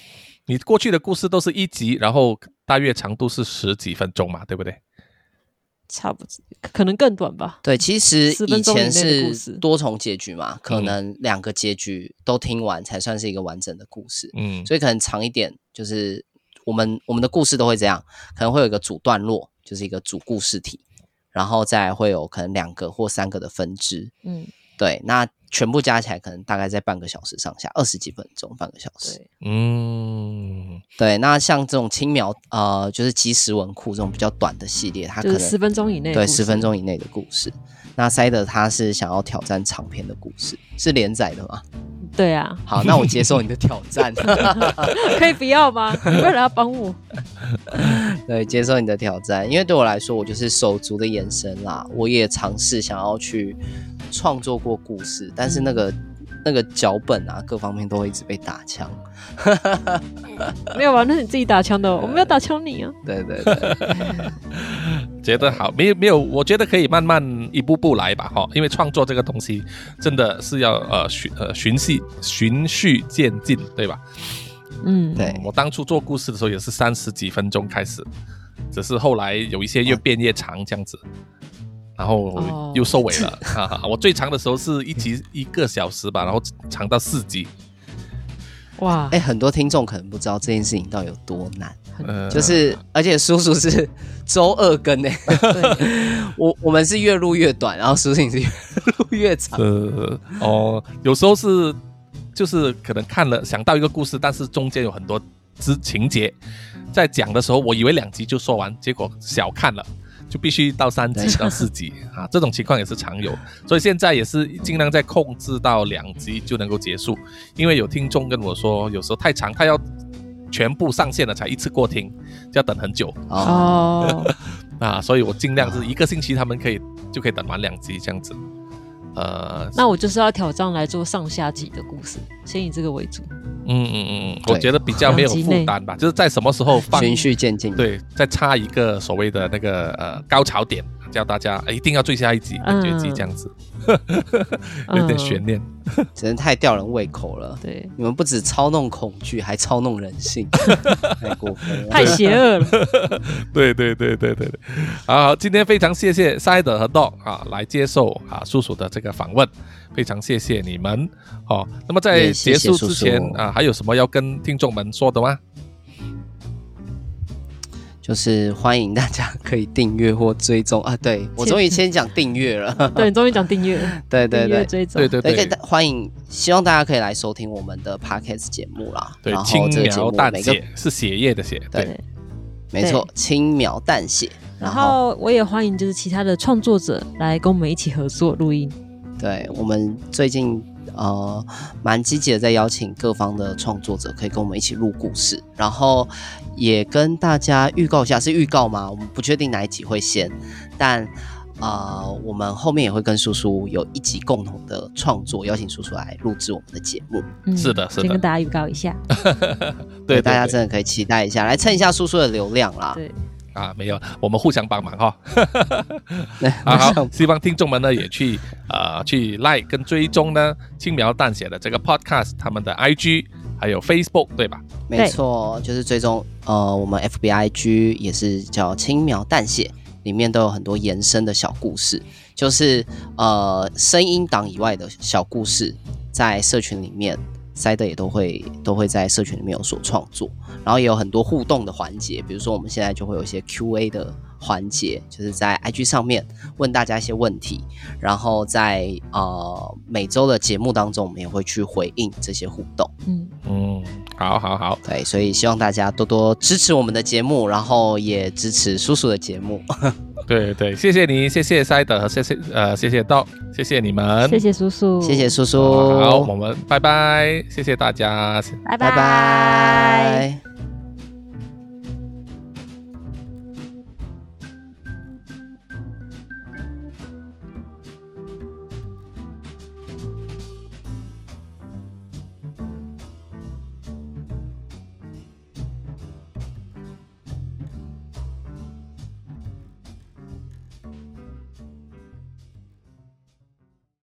[SPEAKER 2] 你过去的故事都是一集，然后大约长度是十几分钟嘛，对不对？
[SPEAKER 4] 差不多，可能更短吧。
[SPEAKER 3] 对，其实
[SPEAKER 4] 10
[SPEAKER 3] 以
[SPEAKER 4] 分钟
[SPEAKER 3] 前
[SPEAKER 4] 以内的故
[SPEAKER 3] 是
[SPEAKER 4] 事
[SPEAKER 3] 多重结局嘛，可
[SPEAKER 2] 嗯
[SPEAKER 3] 能两个结局都听完才算是一个完整的故事，
[SPEAKER 2] 嗯，
[SPEAKER 3] 所以可能长一点。就是我们我们的故事都会这样，可能会有一个主段落，就是一个主故事体，然后再会有可能两个或三个的分支，
[SPEAKER 4] 嗯，
[SPEAKER 3] 对，那全部加起来可能大概在半个小时上下，二十几分钟，半个小时。
[SPEAKER 4] 对，
[SPEAKER 2] 嗯。
[SPEAKER 3] 对，那像这种轻描呃，就是即时文库这种比较短的系列，它可
[SPEAKER 4] 就是
[SPEAKER 3] 能
[SPEAKER 4] 十分钟以内的
[SPEAKER 3] 对
[SPEAKER 4] 故事
[SPEAKER 3] 十分钟以内的故事。那塞德他是想要挑战长篇的故事，是连载的吗？
[SPEAKER 4] 对啊，
[SPEAKER 3] 好，那我接受你的挑
[SPEAKER 4] (laughs)
[SPEAKER 3] 战， (laughs)
[SPEAKER 4] 可以不要吗？你为了要帮我，
[SPEAKER 3] 对，接受你的挑战，因为对我来说，我就是手足的延伸啦。我也尝试想要去创作过故事，但是那个那个脚本啊，各方面都会一直被打枪。
[SPEAKER 4] 没有吧？啊那是你自己打枪的哦，我没有打枪你啊。
[SPEAKER 3] 对对对。
[SPEAKER 2] 觉得好，没有没有，我觉得可以慢慢一步步来吧，哈，因为创作这个东西真的是要呃循呃循序循序渐进，对吧？
[SPEAKER 4] 嗯，
[SPEAKER 3] (laughs) 对
[SPEAKER 2] 嗯我当初做故事的时候也是三十几分钟开始，只是后来有一些越变越长这样子，然后
[SPEAKER 4] 哦
[SPEAKER 2] 又收尾了，哈哈。我最长的时候是一集一个小时吧，然后长到四集，
[SPEAKER 4] 哇
[SPEAKER 3] 哎、，很多听众可能不知道这件事情到底有多难，
[SPEAKER 2] 呃，
[SPEAKER 3] 就是 (laughs) 而且叔叔是 (laughs) 周二更呢、
[SPEAKER 4] 对，
[SPEAKER 3] 我我们是越录越短，然后叔叔你是越录越长，
[SPEAKER 2] 呃哦，有时候是就是可能看了想到一个故事，但是中间有很多之情节，在讲的时候，我以为两集就说完，结果小看了。就必须到三集
[SPEAKER 3] 对
[SPEAKER 2] 到四集啊，这种情况也是常有，所以现在也是尽量在控制到两集就能够结束，因为有听众跟我说，有时候太长，他要全部上线了才一次过听，就要等很久
[SPEAKER 3] 哦，
[SPEAKER 4] 哦，
[SPEAKER 3] (laughs)
[SPEAKER 2] 啊，所以我尽量是一个星期他们可以就可以等完两集这样子，呃，
[SPEAKER 4] 那我就是要挑战来做上下集的故事，先以这个为主。
[SPEAKER 2] 嗯嗯嗯，嗯，
[SPEAKER 3] 对
[SPEAKER 2] 我觉得比较没有负担吧，就是在什么时候放，
[SPEAKER 3] 循序渐进。，
[SPEAKER 2] 对，再插一个所谓的那个呃高潮点，叫大家、哎一定要追下一集、
[SPEAKER 4] 嗯
[SPEAKER 2] 结局这样子，有点悬念。
[SPEAKER 3] 真的太吊人胃口了。
[SPEAKER 4] 对，
[SPEAKER 3] 你们不止操弄恐惧，还操弄人
[SPEAKER 2] (laughs)
[SPEAKER 3] 性，太过分了。
[SPEAKER 4] 太邪恶了。
[SPEAKER 3] (laughs)
[SPEAKER 2] 对对对对对对，好，好今天非常谢谢 Side 和 Dog 啊来接受啊叔叔的这个访问，非常谢谢你们哦。那么在
[SPEAKER 3] 也谢
[SPEAKER 2] 结
[SPEAKER 3] 谢
[SPEAKER 2] 束之前
[SPEAKER 3] 叔叔
[SPEAKER 2] 啊，还有什么要跟听众们说的吗？
[SPEAKER 3] 就是欢迎大家可以订阅或追踪啊！对我终于先讲订阅了，
[SPEAKER 4] 对，你终于讲订阅了，
[SPEAKER 3] 对对
[SPEAKER 4] 订阅
[SPEAKER 3] 对，
[SPEAKER 4] 追踪
[SPEAKER 2] 对。对
[SPEAKER 3] 对，可
[SPEAKER 2] 对
[SPEAKER 3] 以大欢迎，希望大家可以来收听我们的 podcast 节目啦。
[SPEAKER 2] 对，
[SPEAKER 3] 然后
[SPEAKER 2] 轻
[SPEAKER 3] 这个节
[SPEAKER 2] 描
[SPEAKER 3] 目
[SPEAKER 2] 淡
[SPEAKER 3] 每个
[SPEAKER 2] 写是血液的血，对
[SPEAKER 3] 对没错，轻描淡写。
[SPEAKER 4] 然后我也欢迎就是其他的创作者来跟我们一起合作录音。
[SPEAKER 3] 对我们最近呃蛮积极的在邀请各方的创作者，可以跟我们一起录故事，然后也跟大家预告一下，是预告吗？我们不确定哪一集会先，但呃我们后面也会跟叔叔有一集共同的创作，邀请叔叔来录制我们的节目，
[SPEAKER 4] 嗯
[SPEAKER 2] 是的是的
[SPEAKER 4] 先跟大家预告一下，
[SPEAKER 2] 对对
[SPEAKER 3] 大家
[SPEAKER 2] 对
[SPEAKER 3] 真的可以期待一下，来蹭一下叔叔的流量啦。
[SPEAKER 4] 对，
[SPEAKER 2] 啊，没有，我们互相帮忙哈、
[SPEAKER 3] (laughs) 对，
[SPEAKER 2] 啊，好
[SPEAKER 4] (laughs)
[SPEAKER 3] 像，
[SPEAKER 2] 希望听众们呢也去呃去 like 跟追踪呢轻描淡写的这个 podcast 他们的 IG 还有 Facebook 对吧？
[SPEAKER 3] 没错，就是追踪呃，我们 FBIG 也是叫轻描淡写，里面都有很多延伸的小故事，就是呃声音档以外的小故事，在社群里面塞的也都会都会在社群里面有所创作，然后也有很多互动的环节，比如说我们现在就会有一些 Q&A 的环节，就是在 IG 上面问大家一些问题，然后在呃每周的节目当中，我们也会去回应这些互动。
[SPEAKER 4] 嗯，
[SPEAKER 2] 嗯，好好好，
[SPEAKER 3] 对，所以希望大家多多支持我们的节目，然后也支持叔叔的节目。
[SPEAKER 2] 对对，谢谢你，谢谢塞德和谢谢呃谢谢 Dog，谢谢你们，
[SPEAKER 4] 谢谢叔叔，
[SPEAKER 3] 谢谢，叔叔，
[SPEAKER 2] 好，我们拜拜，谢谢大家。
[SPEAKER 4] 拜
[SPEAKER 3] 拜拜。